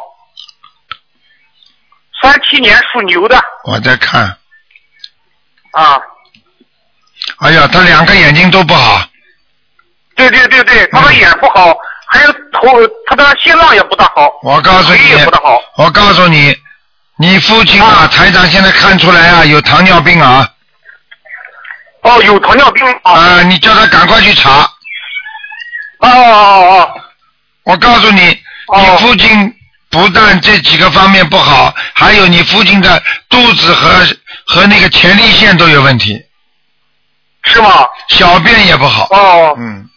Speaker 4: 三七年属牛的
Speaker 1: 我在看，
Speaker 4: 啊，
Speaker 1: 哎呀，他两个眼睛都不好，
Speaker 4: 对对对
Speaker 1: 嗯
Speaker 4: 对，他的眼不好，还有头，他的心脏也不大好，
Speaker 1: 我告诉
Speaker 4: 腿
Speaker 1: 你，
Speaker 4: 也不大好。
Speaker 1: 我告诉你，你父亲啊，
Speaker 4: 啊
Speaker 1: 台长现在看出来啊，有糖尿病啊，
Speaker 4: 哦，有糖尿病啊！
Speaker 1: 啊，你叫他赶快去查。
Speaker 4: 哦哦哦
Speaker 1: 我告诉你，
Speaker 4: 哦
Speaker 1: 你父亲不但这几个方面不好，还有你父亲的肚子和和那个前列腺都有问题，
Speaker 4: 是吗？
Speaker 1: 小便也不好，
Speaker 4: 哦，
Speaker 1: 嗯，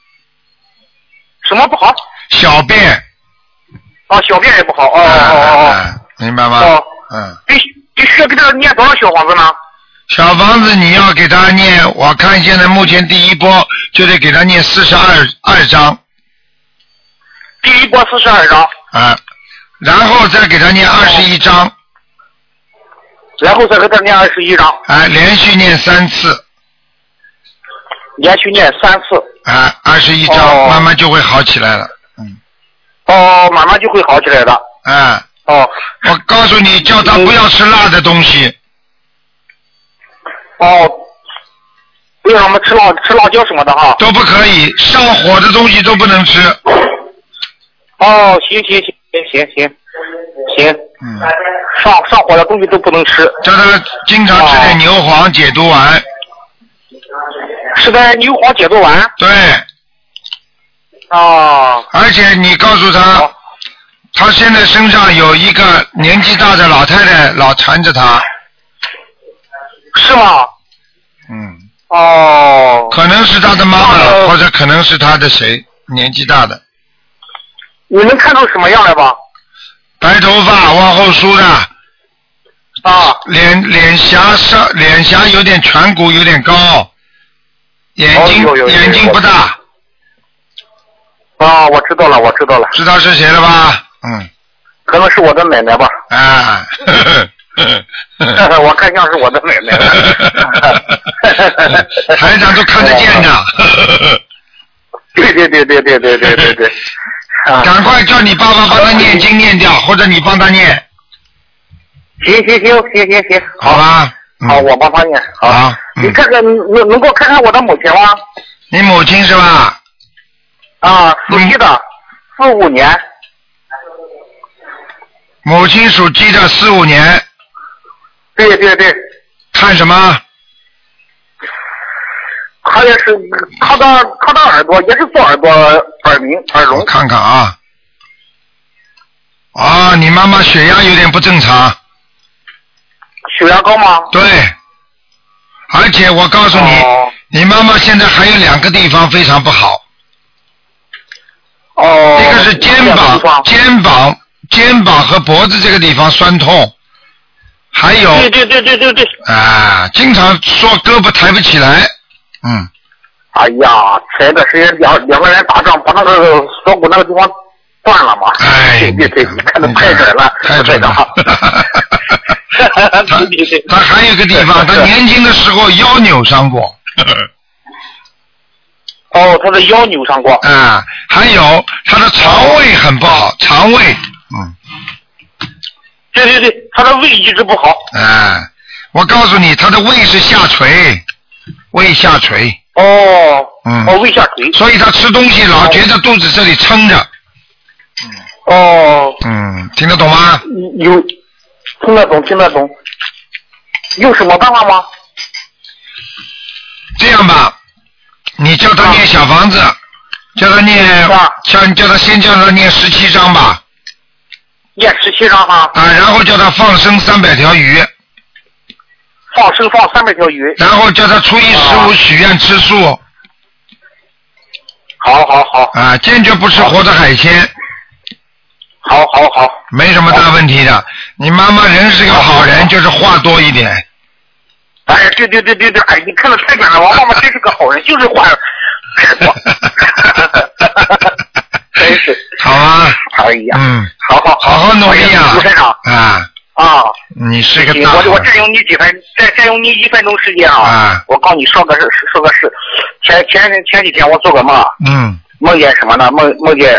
Speaker 4: 什么不好？
Speaker 1: 小便，
Speaker 4: 啊，小便也不好。哦
Speaker 1: 啊啊
Speaker 4: 哦
Speaker 1: 啊，明白
Speaker 4: 哦
Speaker 1: 吗？
Speaker 4: 哦，
Speaker 1: 嗯。
Speaker 4: 必须必须给他念多少小房子呢？
Speaker 1: 小房子你要给他念，我看现在目前第一波就得给他念四十二二章
Speaker 4: 第一波四十二张，
Speaker 1: 啊，然后再给他念二十一章，
Speaker 4: 然后再给他念二十一张，
Speaker 1: 啊，连续念三次
Speaker 4: 连续念三次。
Speaker 1: 啊，二十一章、
Speaker 4: 哦
Speaker 1: 慢慢就会好起来了。
Speaker 4: 哦，慢慢就会好起来的。
Speaker 1: 啊，
Speaker 4: 哦
Speaker 1: 我告诉你，叫他不要吃辣的东西，
Speaker 4: 哦，为什么吃辣吃辣椒什么的哈？
Speaker 1: 都不可以，上火的东西都不能吃。
Speaker 4: 哦，行行行行行行行，
Speaker 1: 嗯，
Speaker 4: 上上火的东西都不能吃，
Speaker 1: 叫他经常吃点牛黄解毒丸。
Speaker 4: 吃点牛黄解毒丸。
Speaker 1: 对，
Speaker 4: 啊
Speaker 1: 而且你告诉他，
Speaker 4: 好
Speaker 1: 他现在身上有一个年纪大的老太太老缠着他，
Speaker 4: 是吗？
Speaker 1: 嗯，
Speaker 4: 哦，
Speaker 1: 可能是他的妈妈
Speaker 4: 哦
Speaker 1: 或者可能是他的谁，年纪大的，
Speaker 4: 你能看出什么样来吧？
Speaker 1: 白头发，往后梳的，
Speaker 4: 啊，
Speaker 1: 脸脸颊上脸颊有点颧骨有点高，眼睛、
Speaker 4: 哦有有有
Speaker 1: 眼睛不大，
Speaker 4: 啊，我知道了，我知道了，
Speaker 1: 知道是谁了吧？嗯，
Speaker 4: 可能是我的奶奶吧，
Speaker 1: 啊，
Speaker 4: 我看像是我的奶奶。
Speaker 1: 台长都看得见的，
Speaker 4: 对 对对对对对对对对，啊，
Speaker 1: 赶快叫你爸爸帮他念经念掉，或者你帮他念，
Speaker 4: 行行行行行行，
Speaker 1: 好吧？嗯
Speaker 4: 好，我帮他念，好，
Speaker 1: 好
Speaker 4: 你
Speaker 1: 嗯
Speaker 4: 看看能能够看看我的母亲吗？
Speaker 1: 你母亲是吧？
Speaker 4: 啊，属鸡的，四五年，
Speaker 1: 母亲属鸡的，四五年，
Speaker 4: 对对对，
Speaker 1: 看什么？
Speaker 4: 她也是她的她的耳朵也是做耳朵耳鸣耳聋
Speaker 1: 我，看看啊。啊，你妈妈血压有点不正常，
Speaker 4: 血压高吗？
Speaker 1: 对，而且我告诉你，
Speaker 4: 哦
Speaker 1: 你妈妈现在还有两个地方非常不好，
Speaker 4: 哦，
Speaker 1: 一个是肩
Speaker 4: 这个地
Speaker 1: 膀
Speaker 4: 方，
Speaker 1: 肩膀、肩膀和脖子这个地方酸痛，还有
Speaker 4: 对对对对对对，
Speaker 1: 啊，经常说胳膊抬不起来，嗯，
Speaker 4: 哎呀，前段时间两两个人打仗，把那个锁骨那个地方断了嘛。
Speaker 1: 哎，
Speaker 4: 对对对，你看的太准了，
Speaker 1: 太准了。
Speaker 4: 太准了对 对对，
Speaker 1: 他还有一个地方，他年轻的时候腰扭伤过，
Speaker 4: 哦，他的腰扭伤过。
Speaker 1: 啊，还有他的肠胃很不好，肠胃，嗯，
Speaker 4: 对对对，他的胃一直不好。
Speaker 1: 啊，我告诉你，他的胃是下垂，胃下垂，
Speaker 4: 哦，
Speaker 1: 嗯
Speaker 4: 哦，胃下垂。
Speaker 1: 所以他吃东西老觉得肚子这里撑着，
Speaker 4: 哦，
Speaker 1: 嗯，听得懂吗？
Speaker 4: 有听得懂，听得懂。有什么办法吗？
Speaker 1: 这样吧，你叫他念小房子，叫他念
Speaker 4: 啊，
Speaker 1: 叫你叫他先叫他念十七章吧，
Speaker 4: 念十七张哈，
Speaker 1: 啊，然后叫他放生三百条鱼，
Speaker 4: 放生放三百条鱼。
Speaker 1: 然后叫他初一十五许愿吃素，
Speaker 4: 好好好，
Speaker 1: 啊，坚决不吃活的海鲜，
Speaker 4: 好好好。
Speaker 1: 没什么大问题的。你妈妈人是个好人，就是话多一点。
Speaker 4: 哎，对对对对对，哎，你看的太准了，王妈妈真是个好人， 就是话太多，真是，
Speaker 1: 好啊，
Speaker 4: 哎呀，
Speaker 1: 嗯，
Speaker 4: 好好
Speaker 1: 好好努力啊
Speaker 4: 卢台长，
Speaker 1: 啊，
Speaker 4: 啊，
Speaker 1: 你是个
Speaker 4: 行
Speaker 1: 大好
Speaker 4: 我我
Speaker 1: 人
Speaker 4: 占用你几分，占占用你一分钟时间啊，
Speaker 1: 啊，
Speaker 4: 我告诉你说个事，说个事，前前前几天我做个梦，
Speaker 1: 嗯，
Speaker 4: 梦见什么呢？梦梦见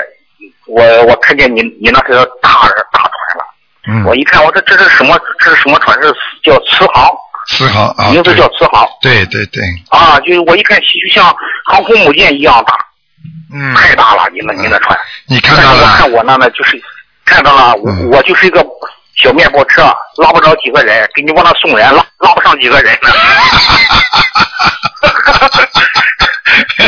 Speaker 4: 我我看见你你那条大大船了，我
Speaker 1: 嗯，
Speaker 4: 一看我这这是什么这是什么船？这是叫慈航，
Speaker 1: 思考啊，
Speaker 4: 名字叫慈航。
Speaker 1: 对对对对，
Speaker 4: 啊，就是我一看，就像航空母舰一样大，
Speaker 1: 嗯，
Speaker 4: 太大了，你那你那船。
Speaker 1: 你看
Speaker 4: 但是
Speaker 1: 到
Speaker 4: 我
Speaker 1: 了
Speaker 4: 看，我那呢，就是看到了，我
Speaker 1: 嗯
Speaker 4: 我就是一个小面包车，拉不着几个人，给你往那送人，拉拉不上几个人 呢。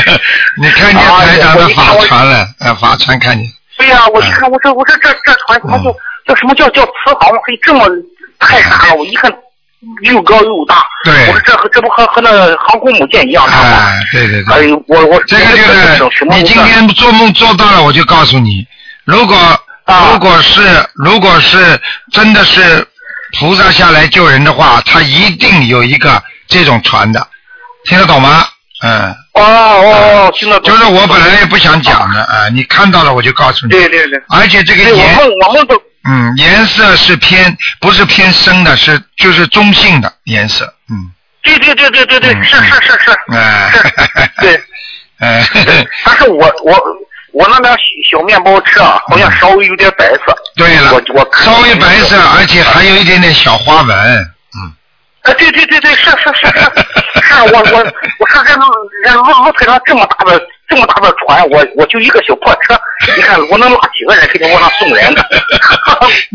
Speaker 1: 你看见台长的法船了，
Speaker 4: 啊
Speaker 1: 呃，法船看见，
Speaker 4: 对呀、我一看，我说我说这这船怎么就
Speaker 1: 嗯
Speaker 4: 叫什么叫叫磁航？还这么太大了？我一看又高又大，
Speaker 1: 对
Speaker 4: 我说这和这不和和那航空母舰一样大吗？
Speaker 1: 哎，对对
Speaker 4: 哎
Speaker 1: 对，
Speaker 4: 呦，我我
Speaker 1: 这个
Speaker 4: 我
Speaker 1: 就
Speaker 4: 种
Speaker 1: 是
Speaker 4: 什么
Speaker 1: 你今
Speaker 4: 无奈
Speaker 1: 天做梦做到了，我就告诉你，如果
Speaker 4: 啊
Speaker 1: 如果是如果是真的是菩萨下来救人的话，他一定有一个这种船的，听得懂吗？嗯，
Speaker 4: 哦哦哦，听得懂
Speaker 1: 就是我本来也不想讲的啊，你看到了我就告诉你，
Speaker 4: 对对对。
Speaker 1: 而且这个
Speaker 4: 对，我
Speaker 1: 颜
Speaker 4: 梦我梦都
Speaker 1: 嗯颜色是偏不是偏深的，是就是中性的颜色，嗯，
Speaker 4: 对对对对对对，
Speaker 1: 嗯
Speaker 4: 是是是是，
Speaker 1: 哎，
Speaker 4: 对。
Speaker 1: 哎，
Speaker 4: 但是我我我那辆小小面包车啊，好像稍微有点白色。
Speaker 1: 嗯对了
Speaker 4: 我我，看
Speaker 1: 稍微白色，而且还有一点点小花纹，
Speaker 4: 啊，对对对对，是是是是，是我我我说这这路路台上这么大的这么大的船，我我就一个小破车，你看我能拉几个人给你往那送人呢？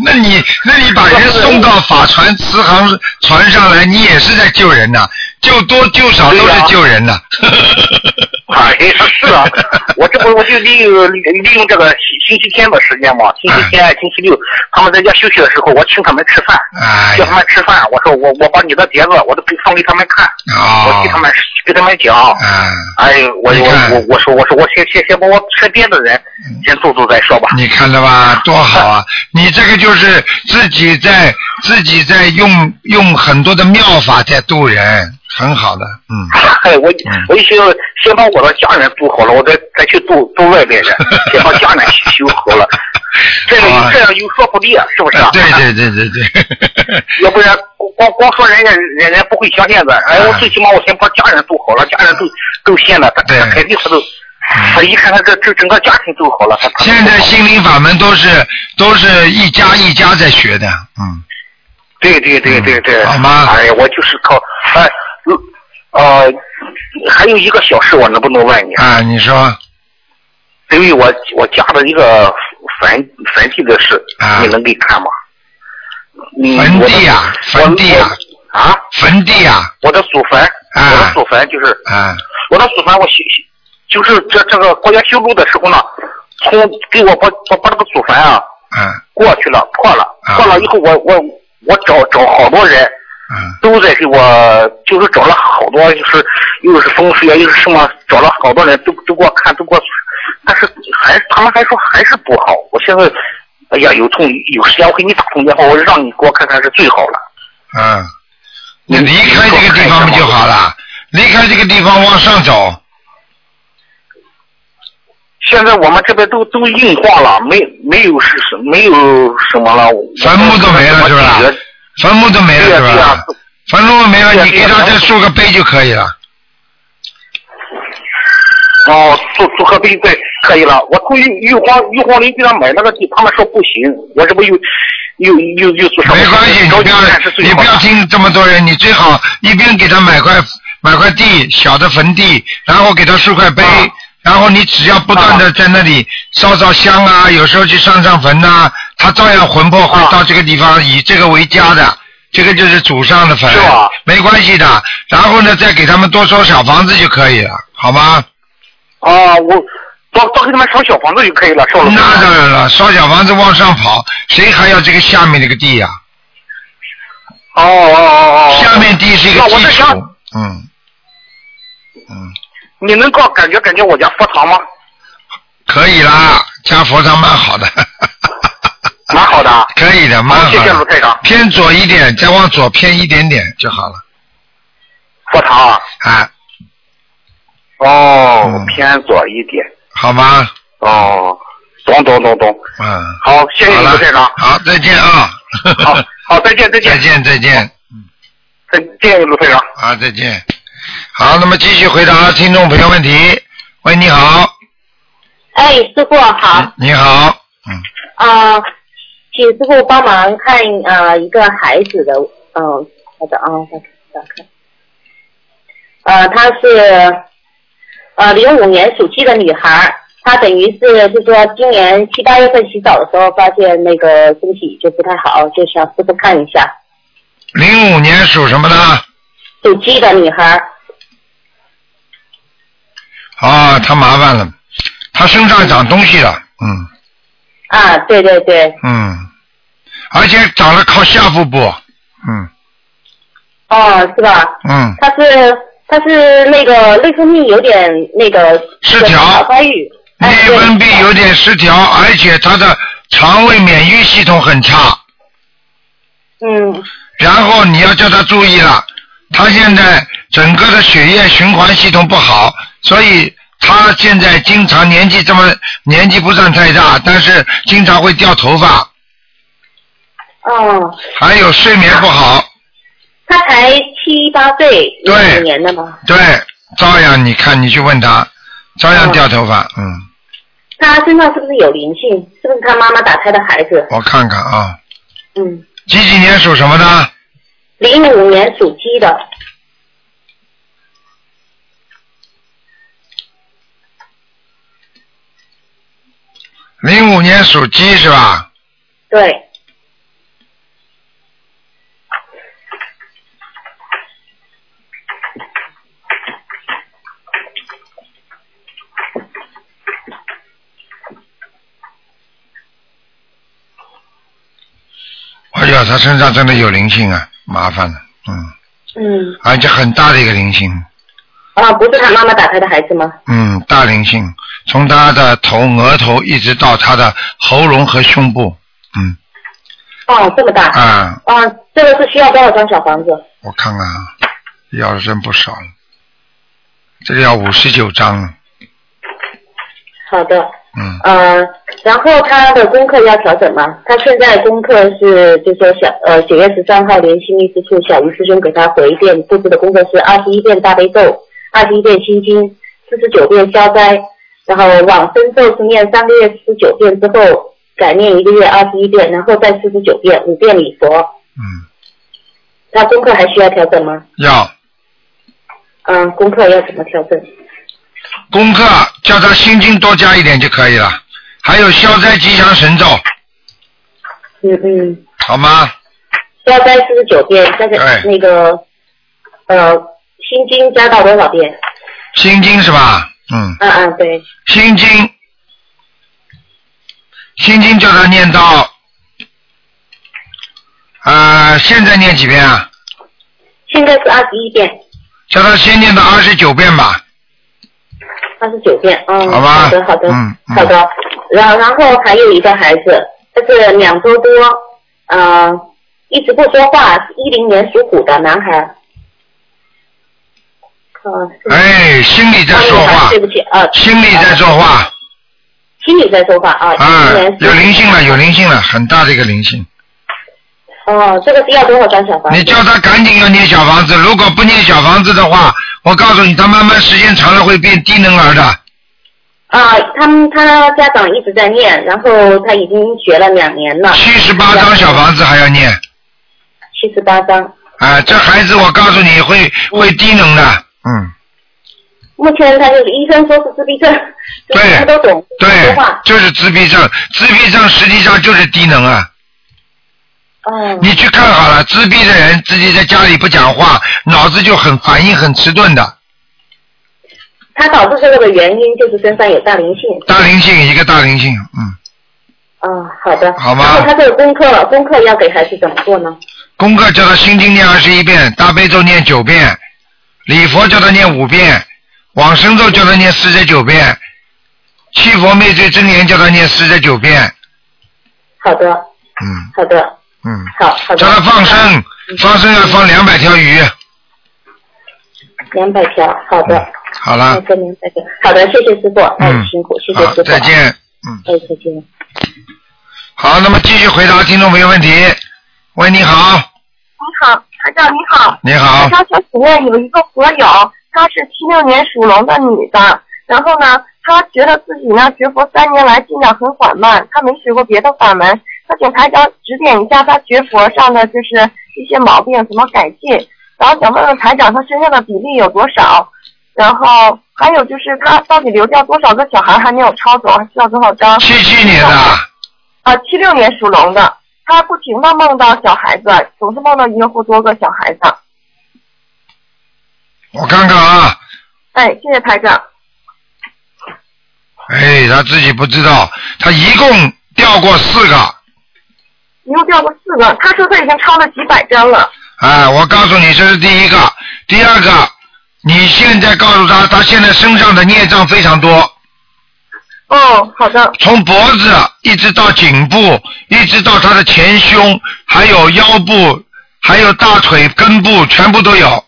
Speaker 1: 那你那你把人送到法船慈航
Speaker 4: 啊
Speaker 1: 船上来，你也是在救人呐、救多救少都是救人呐、
Speaker 4: 哎呀，是啊，我这不我就利用利用这个星期天的时间嘛，星期天、啊星期六他们在家休息的时候，我请他们吃饭，
Speaker 1: 哎
Speaker 4: 叫他
Speaker 1: 呀，
Speaker 4: 们吃饭，我说我我把你的碟子我都给放给他们看，我
Speaker 1: 哦
Speaker 4: 给，他们给他们讲，
Speaker 1: 啊，
Speaker 4: 哎呦，我
Speaker 1: 你看嗯
Speaker 4: 我我我说我说我先先先把我身边的人先做做再说吧，
Speaker 1: 你看了吧，多好啊！你这个就是自己在自己在用用很多的妙法在渡人，很好的，嗯。
Speaker 4: 哎，我
Speaker 1: 嗯
Speaker 4: 我就先先把我的家人度好了，我再再去度度外 面人，先把家人修好了，这
Speaker 1: 好啊
Speaker 4: 样这样有说服力啊，是不是、啊
Speaker 1: 啊？对对对对对，
Speaker 4: 要不然光光光说人家人家不会相信的。哎，我
Speaker 1: 嗯
Speaker 4: 最起码我先把家人做好了，家人都都信了，他
Speaker 1: 对嗯
Speaker 4: 他肯定他都，他一看他这这整个家庭都好了，他他
Speaker 1: 现在心灵法门都是都是一家一家在学的，嗯，
Speaker 4: 对对对对对，
Speaker 1: 好吗
Speaker 4: 哎呀，我就是靠哎，嗯呃，还有一个小事，我能不能问你？
Speaker 1: 啊，你说
Speaker 4: 因为我我家的一个坟坟地的事，
Speaker 1: 啊
Speaker 4: 你能给看吗？嗯
Speaker 1: 坟地呀、
Speaker 4: 我的
Speaker 1: 坟地呀、
Speaker 4: 我啊，
Speaker 1: 坟地呀、
Speaker 4: 我的祖坟，
Speaker 1: 啊
Speaker 4: 我的祖坟就是
Speaker 1: 啊，
Speaker 4: 我的祖坟，我修就是这这个国家修路的时候呢，从给我把把把这个祖坟啊
Speaker 1: 啊啊
Speaker 4: 过去了破了
Speaker 1: 啊，
Speaker 4: 破了以后我我我找找好多人
Speaker 1: 啊
Speaker 4: 都在给我，就是找了好多，就是又是风水啊，又是什么，找了好多人都都给我看，都给我，但是还是他们还说还是不好。我现在，哎呀，有空有时间我给你打通电话，我让你给我看看是最好了。
Speaker 1: 啊，你离开这个地方不就好了？离开这个地方往上走，
Speaker 4: 现在我们这边都都硬化了，没没有是什没有什么了，
Speaker 1: 坟墓都没了是吧
Speaker 4: 我解决
Speaker 1: 坟墓都没了是
Speaker 4: 对呀对呀
Speaker 1: 吧？坟墓没
Speaker 4: 对
Speaker 1: 了，
Speaker 4: 呀
Speaker 1: 你给他
Speaker 4: 对
Speaker 1: 再
Speaker 4: 呀
Speaker 1: 竖个碑就可以了。
Speaker 4: 哦，做做河北对，可以了。我从玉玉皇玉皇林给他买那个地，他们说不行，我这不又又又又做什么？
Speaker 1: 没关系，你
Speaker 4: 着
Speaker 1: 不
Speaker 4: 急
Speaker 1: 要
Speaker 4: 看是最
Speaker 1: 你
Speaker 4: 好
Speaker 1: 不
Speaker 4: 的
Speaker 1: 要听这么多人，你最好一边给他买块买块地，小的坟地，然后给他竖块碑，
Speaker 4: 啊
Speaker 1: 然后你只要不断的在那里烧烧香啊，有时候去上上坟呐、他照样魂魄会
Speaker 4: 啊嗯
Speaker 1: 到这个地方，以这个为家的。这个就是祖上的坟
Speaker 4: 是吧，
Speaker 1: 没关系的。然后呢，再给他们多烧小房子就可以了，好吗？
Speaker 4: 啊，我到到给他们烧小房子就可以了，烧了。
Speaker 1: 那当然了，烧小房子往上跑，谁还要这个下面这个地呀、
Speaker 4: 哦哦哦哦。
Speaker 1: 下面地是一个
Speaker 4: 那我
Speaker 1: 基础
Speaker 4: 在想，
Speaker 1: 嗯，嗯，
Speaker 4: 你能够感觉感觉我家佛堂吗？
Speaker 1: 啊可以啦，加佛堂蛮好的，
Speaker 4: 蛮好的啊。
Speaker 1: 可以的，蛮好
Speaker 4: 谢
Speaker 1: 的。
Speaker 4: 谢卢台长。
Speaker 1: 偏左一点，再往左偏一点点就好了。
Speaker 4: 佛堂啊。
Speaker 1: 啊，
Speaker 4: 哦，
Speaker 1: 嗯
Speaker 4: 偏左一点。
Speaker 1: 好吗？
Speaker 4: 哦，懂懂懂懂。
Speaker 1: 嗯，
Speaker 4: 好，谢谢
Speaker 1: 好
Speaker 4: 卢
Speaker 1: 了
Speaker 4: 台长。，
Speaker 1: 好，再见啊。
Speaker 4: 好，好，再见，再见
Speaker 1: 再，见，再见，
Speaker 4: 再见，卢台长。
Speaker 1: 啊，再见。好，那么继续回答听众朋友问题。喂，你好，
Speaker 6: 哎，师傅
Speaker 4: 啊
Speaker 6: 好，
Speaker 1: 你好，嗯，
Speaker 6: 呃，请师傅帮忙看呃一个孩子的，嗯、呃，好的啊，打开打开，呃，她是呃零五年属鸡的女孩，她等于是就说今年七八月份洗澡的时候发现那个身体就不太好，就想师傅看一下，
Speaker 1: 零五年属什么的？
Speaker 6: 属鸡的女孩，
Speaker 1: 啊，他麻烦了，他身上长东西了，嗯
Speaker 6: 啊，对对对，
Speaker 1: 嗯，而且长了靠下腹部，嗯
Speaker 6: 哦，是吧？
Speaker 1: 嗯，
Speaker 6: 她是她是那个内分泌有点那个
Speaker 1: 失调
Speaker 6: 发育。
Speaker 1: 内
Speaker 6: 哎对
Speaker 1: 分泌有点失调，而且他的肠胃免疫系统很差，
Speaker 6: 嗯，
Speaker 1: 然后你要叫他注意了，他现在整个的血液循环系统不好，所以他现在经常年纪这么年纪不算太大，但是经常会掉头发，
Speaker 6: 哦，
Speaker 1: 还有睡眠不好，
Speaker 6: 他才七八岁，
Speaker 1: 对
Speaker 6: 一五年的嘛。
Speaker 1: 对，照样你看你去问他，照样掉头发，嗯。
Speaker 6: 他身上是不是有灵性？是不是他妈妈打胎的孩子？
Speaker 1: 我看看啊，
Speaker 6: 嗯，
Speaker 1: 几几年属什么的？
Speaker 6: 零五年属鸡的。
Speaker 1: 零五年属鸡是吧？
Speaker 6: 对，
Speaker 1: 了，哎他身上真的有灵性啊，麻烦了，嗯，
Speaker 9: 嗯，
Speaker 1: 而且很大的一个灵性，
Speaker 9: 啊，不是他妈妈打胎的孩子吗？
Speaker 1: 嗯，大灵性，从他的头、额头一直到他的喉咙和胸部，嗯，
Speaker 9: 哦，这么大。
Speaker 1: 啊，
Speaker 9: 啊，这个是需要多少张小房子？
Speaker 1: 我看看啊，要的真不少了，这个要五十九张了，
Speaker 9: 好的，
Speaker 1: 嗯，
Speaker 9: 呃，然后他的功课要调整吗？他现在功课是，就说小呃九月十三号联系秘书处小鱼师兄给他回电布置的功课是二十一遍大悲咒，二十一遍心经，四十九遍消灾，然后往生咒是念三个月四十九遍之后改念一个月二十一遍，然后再四十九遍五遍礼佛。
Speaker 1: 嗯，
Speaker 9: 他功课还需要调整吗？
Speaker 1: 要
Speaker 9: 嗯、功课要怎么调整？
Speaker 1: 功课叫他心经多加一点就可以了，还有消灾吉祥神咒，
Speaker 9: 嗯嗯。
Speaker 1: 好吗？
Speaker 9: 消灾四十九遍，那个
Speaker 1: 哎
Speaker 9: 那个呃心经加到多少遍？
Speaker 1: 心经是吧？嗯，
Speaker 9: 嗯嗯，对，
Speaker 1: 心经，心经叫他念到，呃，现在念几遍啊？
Speaker 9: 现在是二十一遍，
Speaker 1: 叫他先念到二十九遍吧。
Speaker 9: 二十九遍，嗯，
Speaker 1: 好吧
Speaker 9: 的好的，
Speaker 1: 嗯嗯
Speaker 9: 好的。然然后还有一个孩子，他是两周多，呃，一直不说话，一零年属虎的男孩。呃是
Speaker 1: 哎，心里在说话
Speaker 9: 对，不起，啊，
Speaker 1: 心里在说话，
Speaker 9: 心里在说话啊，一
Speaker 1: 啊
Speaker 9: 零年，属
Speaker 1: 有灵性了，有灵性了，很大的一个灵性。
Speaker 9: 哦，这个是要多少张小房子？
Speaker 1: 你叫他赶紧要念小房子，如果不念小房子的话，我告诉你，他慢慢时间长了会变低能儿的。
Speaker 9: 啊，他们他家长一直在念，然后他已经学了两年了，
Speaker 1: 七十八张小房子还要念，
Speaker 9: 七十八章。
Speaker 1: 啊，这孩子我告诉你会会低能的，嗯，
Speaker 9: 目前他就是医生说是自闭症，就
Speaker 1: 对
Speaker 9: 是他都懂，不说
Speaker 1: 对
Speaker 9: 话，。
Speaker 1: 就是自闭症，自闭症实际上就是低能啊。
Speaker 9: 嗯，
Speaker 1: 你去看好了，自闭的人自己在家里不讲话，脑子就很反应很迟钝的，
Speaker 9: 他导致这个的原因就是身上有大灵性。
Speaker 1: 大灵性一个大灵性，嗯，
Speaker 9: 啊、好的。
Speaker 1: 好吗
Speaker 9: 然后他这个功课，功课要给孩子怎么做呢？
Speaker 1: 功课叫他心经念二十一遍，大悲咒念九遍，礼佛叫他念五遍，往生咒叫他念四十九遍，七佛灭罪真言叫他念四十九遍，
Speaker 9: 好的，
Speaker 1: 嗯
Speaker 9: 好的，
Speaker 1: 嗯，
Speaker 9: 好好的。
Speaker 1: 叫他放生，放生要放两百条鱼，
Speaker 9: 两百条，好的，
Speaker 1: 嗯好了
Speaker 9: 那，这两百条，好的，谢谢师傅，哎
Speaker 1: 嗯，
Speaker 9: 辛苦，谢谢
Speaker 1: 好，
Speaker 9: 师傅，
Speaker 1: 再，见，嗯，
Speaker 9: 哎，再见。
Speaker 1: 好，那么继续回答听众朋友问题。喂，你好，
Speaker 8: 好，台长你好，
Speaker 1: 你好
Speaker 8: 台，长想请问有一个佛友，她是七六年属龙的女的，然后呢，她觉得自己呢学佛三年来进展很缓慢，她没学过别的法门，她请台长指点一下她学佛上的就是一些毛病怎么改进，然后想问问台长她身上的比例有多少，然后还有就是她到底留掉多少个小孩还没有抄走，还需要多少张？
Speaker 1: 七七年的，
Speaker 8: 啊，七六年属龙的，她不停的梦到小孩子，总是梦到一个或多个小孩子。
Speaker 1: 我看看啊，
Speaker 8: 哎，谢谢台长。
Speaker 1: 哎，他自己不知道，他一共掉过四个。
Speaker 8: 一共掉过四个，他说他已经抄了几百张了。
Speaker 1: 哎，我告诉你，这是第一个，第二个，你现在告诉他，他现在身上的孽障非常多，
Speaker 8: 哦，好的，
Speaker 1: 从脖子一直到颈部，一直到他的前胸，还有腰部，还有大腿根部，全部都有。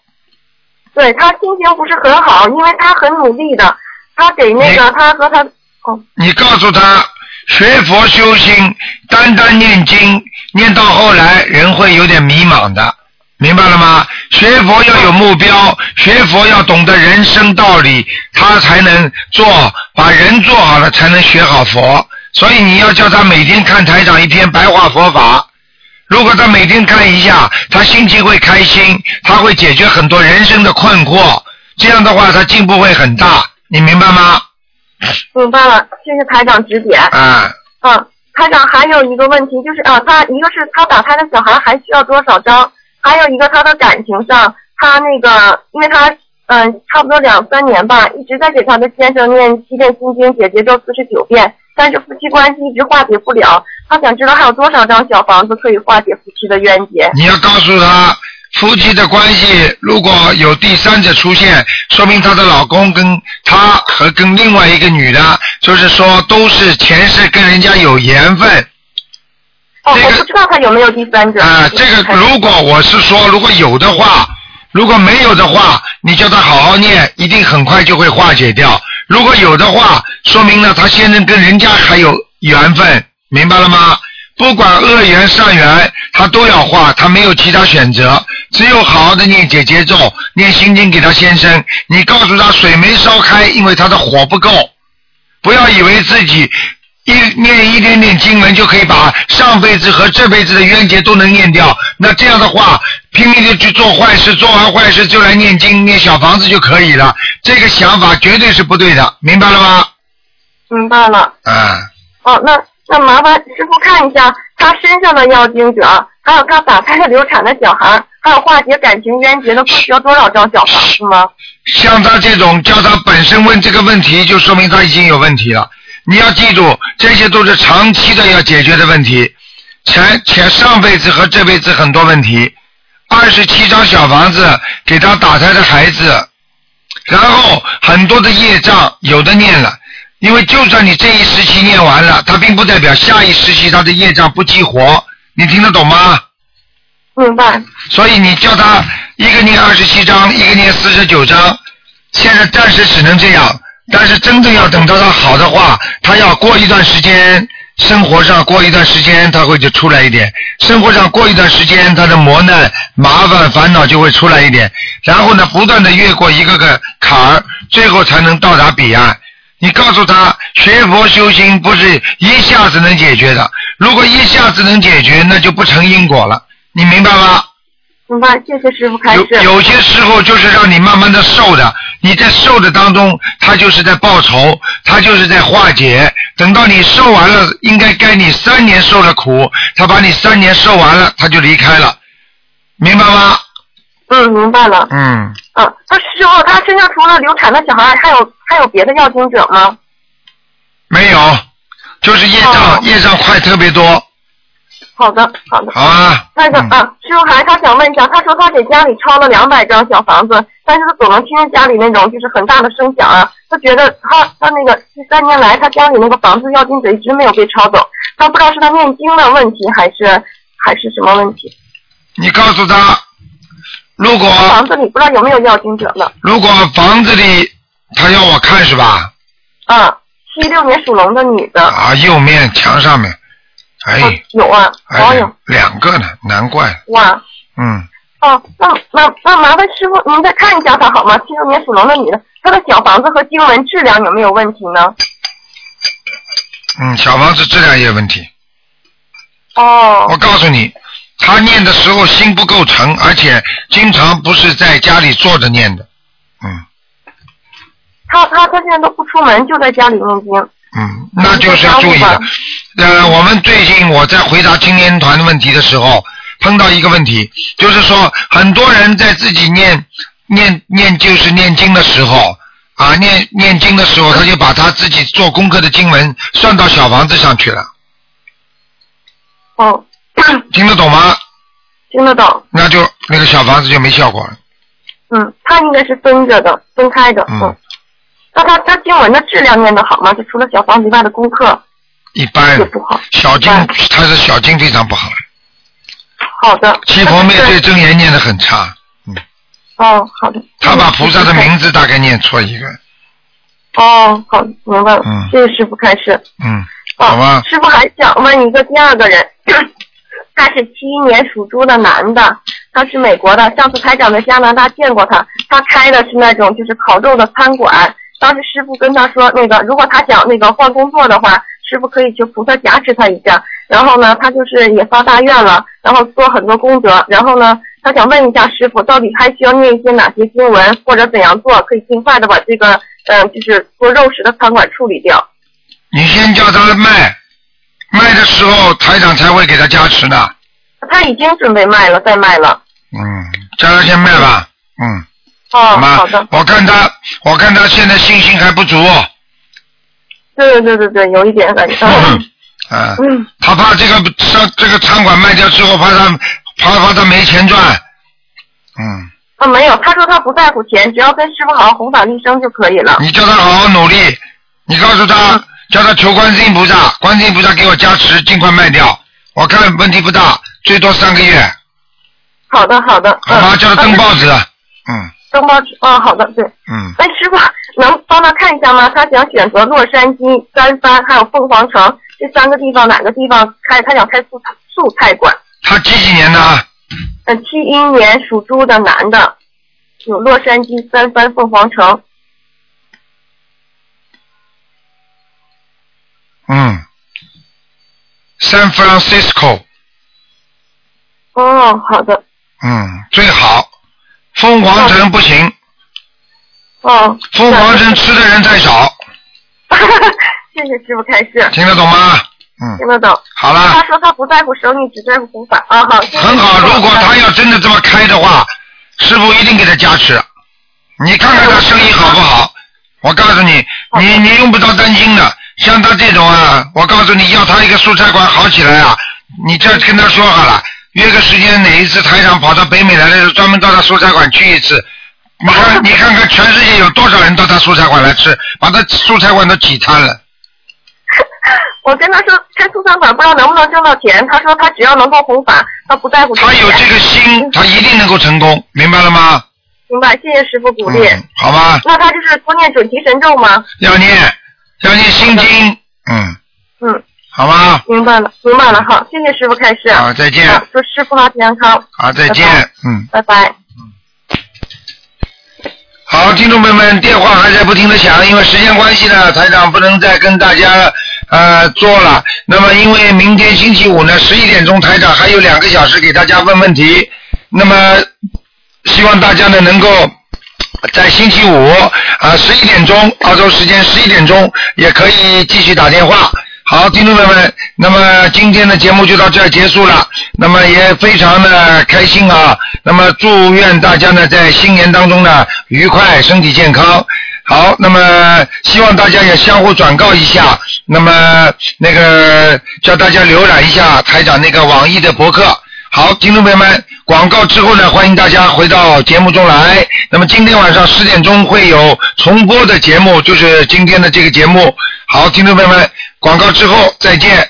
Speaker 8: 对他心情不是很好，因为他很努力的，他给那
Speaker 1: 哎
Speaker 8: 个他和他哦
Speaker 1: 你告诉他，学佛修心，单单念经，念到后来人会有点迷茫的，明白了吗？学佛要有目标，学佛要懂得人生道理，他才能做，把人做好了才能学好佛。所以你要叫他每天看台长一篇白话佛法。如果他每天看一下，他心情会开心，他会解决很多人生的困惑。这样的话，他进步会很大，你明白吗？
Speaker 8: 明白了，谢谢台长指点。
Speaker 1: 啊，
Speaker 8: 嗯，台长还有一个问题就是啊，他一个是他打胎的小孩还需要多少张，还有一个他的感情上，他那个因为他嗯差不多两三年吧，一直在给他的先生念七遍心经，姐姐咒四十九遍，但是夫妻关系一直化解不了。他想知道还有多少张小房子可以化解夫妻的冤结。
Speaker 1: 你要告诉他，夫妻的关系如果有第三者出现，说明她的老公跟她和跟另外一个女的，就是说都是前世跟人家有缘分。
Speaker 8: 哦，我不知道他有没有第三者。嗯
Speaker 1: 啊、这个如果我是说，如果有的话，如果没有的话，你叫他好好念，一定很快就会化解掉。如果有的话，说明了他先生跟人家还有缘分，明白了吗？不管恶缘善缘，他都要化，他没有其他选择，只有好好的念姐姐咒，念心经给他先生。你告诉他水没烧开，因为他的火不够，不要以为自己一念一点点经文就可以把上辈子和这辈子的冤结都能念掉。那这样的话，拼命的去做坏事，做完坏事就来念经、念小房子就可以了。这个想法绝对是不对的，明白了吗？
Speaker 8: 明白了。
Speaker 1: 啊，
Speaker 8: 哦，那那麻烦师傅看一下他身上的要经者，还有他打胎的流产的小孩，还有化解感情冤结的共需要多少张小房子吗？
Speaker 1: 像他这种叫他本身问这个问题，就说明他已经有问题了。你要记住，这些都是长期的要解决的问题，前前上辈子和这辈子很多问题。二十七张小房子给他打胎的孩子，然后很多的业障有的念了，因为就算你这一时期念完了，它并不代表下一时期他的业障不激活，你听得懂吗？
Speaker 8: 明白。
Speaker 1: 所以你叫他一个念二十七章，一个念四十九章，现在暂时只能这样。但是真正要等到他好的话，他要过一段时间，生活上过一段时间，他会就出来一点；生活上过一段时间，他的磨难、麻烦、烦恼就会出来一点。然后呢，不断的越过一个个坎儿，最后才能到达彼岸。你告诉他，学佛修心不是一下子能解决的，如果一下子能解决，那就不成因果了。你明白吗？
Speaker 8: 明白，谢谢师傅开示。
Speaker 1: 有有些时候就是让你慢慢的受的，你在受的当中，他就是在报仇，他就是在化解。等到你受完了，应该该你三年受的苦，他把你三年受完了，他就离开了，明白吗？
Speaker 8: 嗯，明白了。
Speaker 1: 嗯，
Speaker 8: 啊，那师傅他身上除了流产的小孩，还有还有别的要经者吗？
Speaker 1: 没有，就是业障，业障快特别多，
Speaker 8: 好的，好的。
Speaker 1: 好啊。
Speaker 8: 那个啊，师傅还他想问一下，他说他给家里抄了两百张小房子，但是他总能听见家里那种就是很大的声响啊。他觉得他他那个这三年来他家里那个房子要金者一直没有被抄走，他不知道是他念经的问题还是还是什么问题。
Speaker 1: 你告诉他，如果
Speaker 8: 房子里不知道有没有要金者呢？
Speaker 1: 如果房子里他要我看是吧？
Speaker 8: 啊，七六年属龙的女的，
Speaker 1: 啊，右面墙上面，哎，
Speaker 8: 有啊，
Speaker 1: 哎
Speaker 8: 哦有，
Speaker 1: 两个呢，难怪，
Speaker 8: 哇。
Speaker 1: 嗯。
Speaker 8: 哦，那那那麻烦师傅您再看一下她好吗？七六年属龙的女的，她的小房子和经文质量有没有问题呢？
Speaker 1: 嗯，小房子质量也有问题。
Speaker 8: 哦。
Speaker 1: 我告诉你，他念的时候心不够诚，而且经常不是在家里坐着念的。嗯
Speaker 8: 她她她现在都不出门，就在家里念经。
Speaker 1: 嗯，那就是要注意的。呃，我们最近我在回答青年团问题的时候，碰到一个问题，就是说很多人在自己念念念就是念经的时候啊，念念经的时候，他就把他自己做功课的经文算到小房子上去了，
Speaker 8: 哦，
Speaker 1: 听得懂吗？
Speaker 8: 听得懂。
Speaker 1: 那就那个小房子就没效果了。
Speaker 8: 嗯，她应该是分着的，分开的。哦
Speaker 1: 嗯，
Speaker 8: 那她她经文的质量念得好吗？就除了小房子以外的功课。
Speaker 1: 一般小经
Speaker 8: 哎
Speaker 1: 他的小经非常不好，
Speaker 8: 好的。
Speaker 1: 七佛灭罪真言念得很
Speaker 8: 嗯
Speaker 1: 差，
Speaker 8: 哦，好的。
Speaker 1: 他把菩萨的名字大概念错一个，
Speaker 8: 哦，好，明白了。
Speaker 1: 嗯
Speaker 8: 谢谢师傅开示。
Speaker 1: 嗯，
Speaker 8: 哦
Speaker 1: 好吧，
Speaker 8: 师傅还想问一个第二个人， 他是七一年属猪的男的，他是美国的。上次台长在加拿大见过他，他开的是那种就是烤肉的餐馆。当时师傅跟他说，那个如果他想那个换工作的话，师傅可以求菩萨加持他一下。然后呢，他就是也发大愿了，然后做很多功德。然后呢，他想问一下师傅，到底还需要念一些哪些经文，或者怎样做可以尽快的把这个嗯、呃就是做肉食的餐馆处理掉？
Speaker 1: 你先叫他卖，卖的时候台长才会给他加持呢。
Speaker 8: 他已经准备卖了，再卖了。
Speaker 1: 嗯，叫他先卖吧，嗯，
Speaker 8: 哦，
Speaker 1: 好吗？
Speaker 8: 好的，
Speaker 1: 我看他，我看他现在信心还不足，
Speaker 8: 对对对对对，有一点感觉。
Speaker 1: 啊，
Speaker 8: 嗯
Speaker 1: 他怕这个商这个餐馆卖掉之后，怕他怕怕他没钱赚，嗯，
Speaker 8: 啊，没有，他说他不在乎钱，只要跟师傅好好弘法立生就可以了。
Speaker 1: 你叫他好嗯好努力，你告诉他，叫他求观世音菩萨，观世音菩萨给我加持，尽快卖掉，我看问题不大，最多三个月，
Speaker 8: 好的好的，嗯
Speaker 1: 好
Speaker 8: 啊
Speaker 1: 吧，叫他登报纸，
Speaker 8: 登报纸啊，好的对。
Speaker 1: 嗯。
Speaker 8: 那师傅能帮他看一下吗？他想选择洛杉矶、三藩还有凤凰城这三个地方，哪个地方开？他想开素素菜馆。
Speaker 1: 他几几年的？
Speaker 8: 嗯，七一年属猪的男的，有洛杉矶、三藩、凤凰城。
Speaker 1: 嗯，San Francisco，
Speaker 8: 哦，好的，
Speaker 1: 嗯，最好，凤凰城不行，
Speaker 8: 哦。
Speaker 1: 凤凰城吃的人太少，
Speaker 8: 谢谢师傅开示。
Speaker 1: 听得懂吗？嗯，
Speaker 8: 听得懂。
Speaker 1: 好啦
Speaker 8: 他说他不在乎生意，只在乎弘法啊。好，谢谢
Speaker 1: 啊很好。如果他要真的这么开的话，师傅一定给他加持。你看看他生意好不好？我告诉你，你你用不着担心的。像他这种啊，我告诉你要他一个蔬菜馆好起来啊，你这跟他说好了，约个时间哪一次台长跑到北美来的时候，专门到他蔬菜馆去一次。你看，你看看全世界有多少人到他蔬菜馆来吃，把他蔬菜馆都挤瘫了。
Speaker 8: 我跟他说开素餐馆不知道能不能挣到钱，他说他只要能够弘法，他不在乎挣
Speaker 1: 他
Speaker 8: 钱。
Speaker 1: 有这个心，他一定能够成功，明白了吗？
Speaker 8: 明白，谢谢师傅鼓励。
Speaker 1: 嗯，好吧，
Speaker 8: 那他就是多念准提神咒吗？
Speaker 1: 要念，要念心经，嗯，
Speaker 8: 嗯，
Speaker 1: 好吗？
Speaker 8: 明白了，明白了，好，谢谢师傅开示。
Speaker 1: 好再见
Speaker 8: 啊祝师傅好健康，
Speaker 1: 好，再见嗯。
Speaker 8: 拜拜，拜拜。
Speaker 1: 好，听众朋友们，电话还在不停的响，因为时间关系呢，台长不能再跟大家呃做了。那么，因为明天星期五呢，十一点钟，台长还有两个小时给大家问问题。那么，希望大家呢能够在星期五啊十一点钟，澳洲时间十一点钟也可以继续打电话。好，听众朋友们，那么今天的节目就到这儿结束了。那么也非常的开心啊。那么祝愿大家呢在新年当中呢愉快，身体健康。好，那么希望大家也相互转告一下，那么那个叫大家浏览一下台长那个网易的博客。好，听众朋友们，广告之后呢，欢迎大家回到节目中来。那么今天晚上十点钟会有重播的节目，就是今天的这个节目。好，听众朋友们，广告之后再见。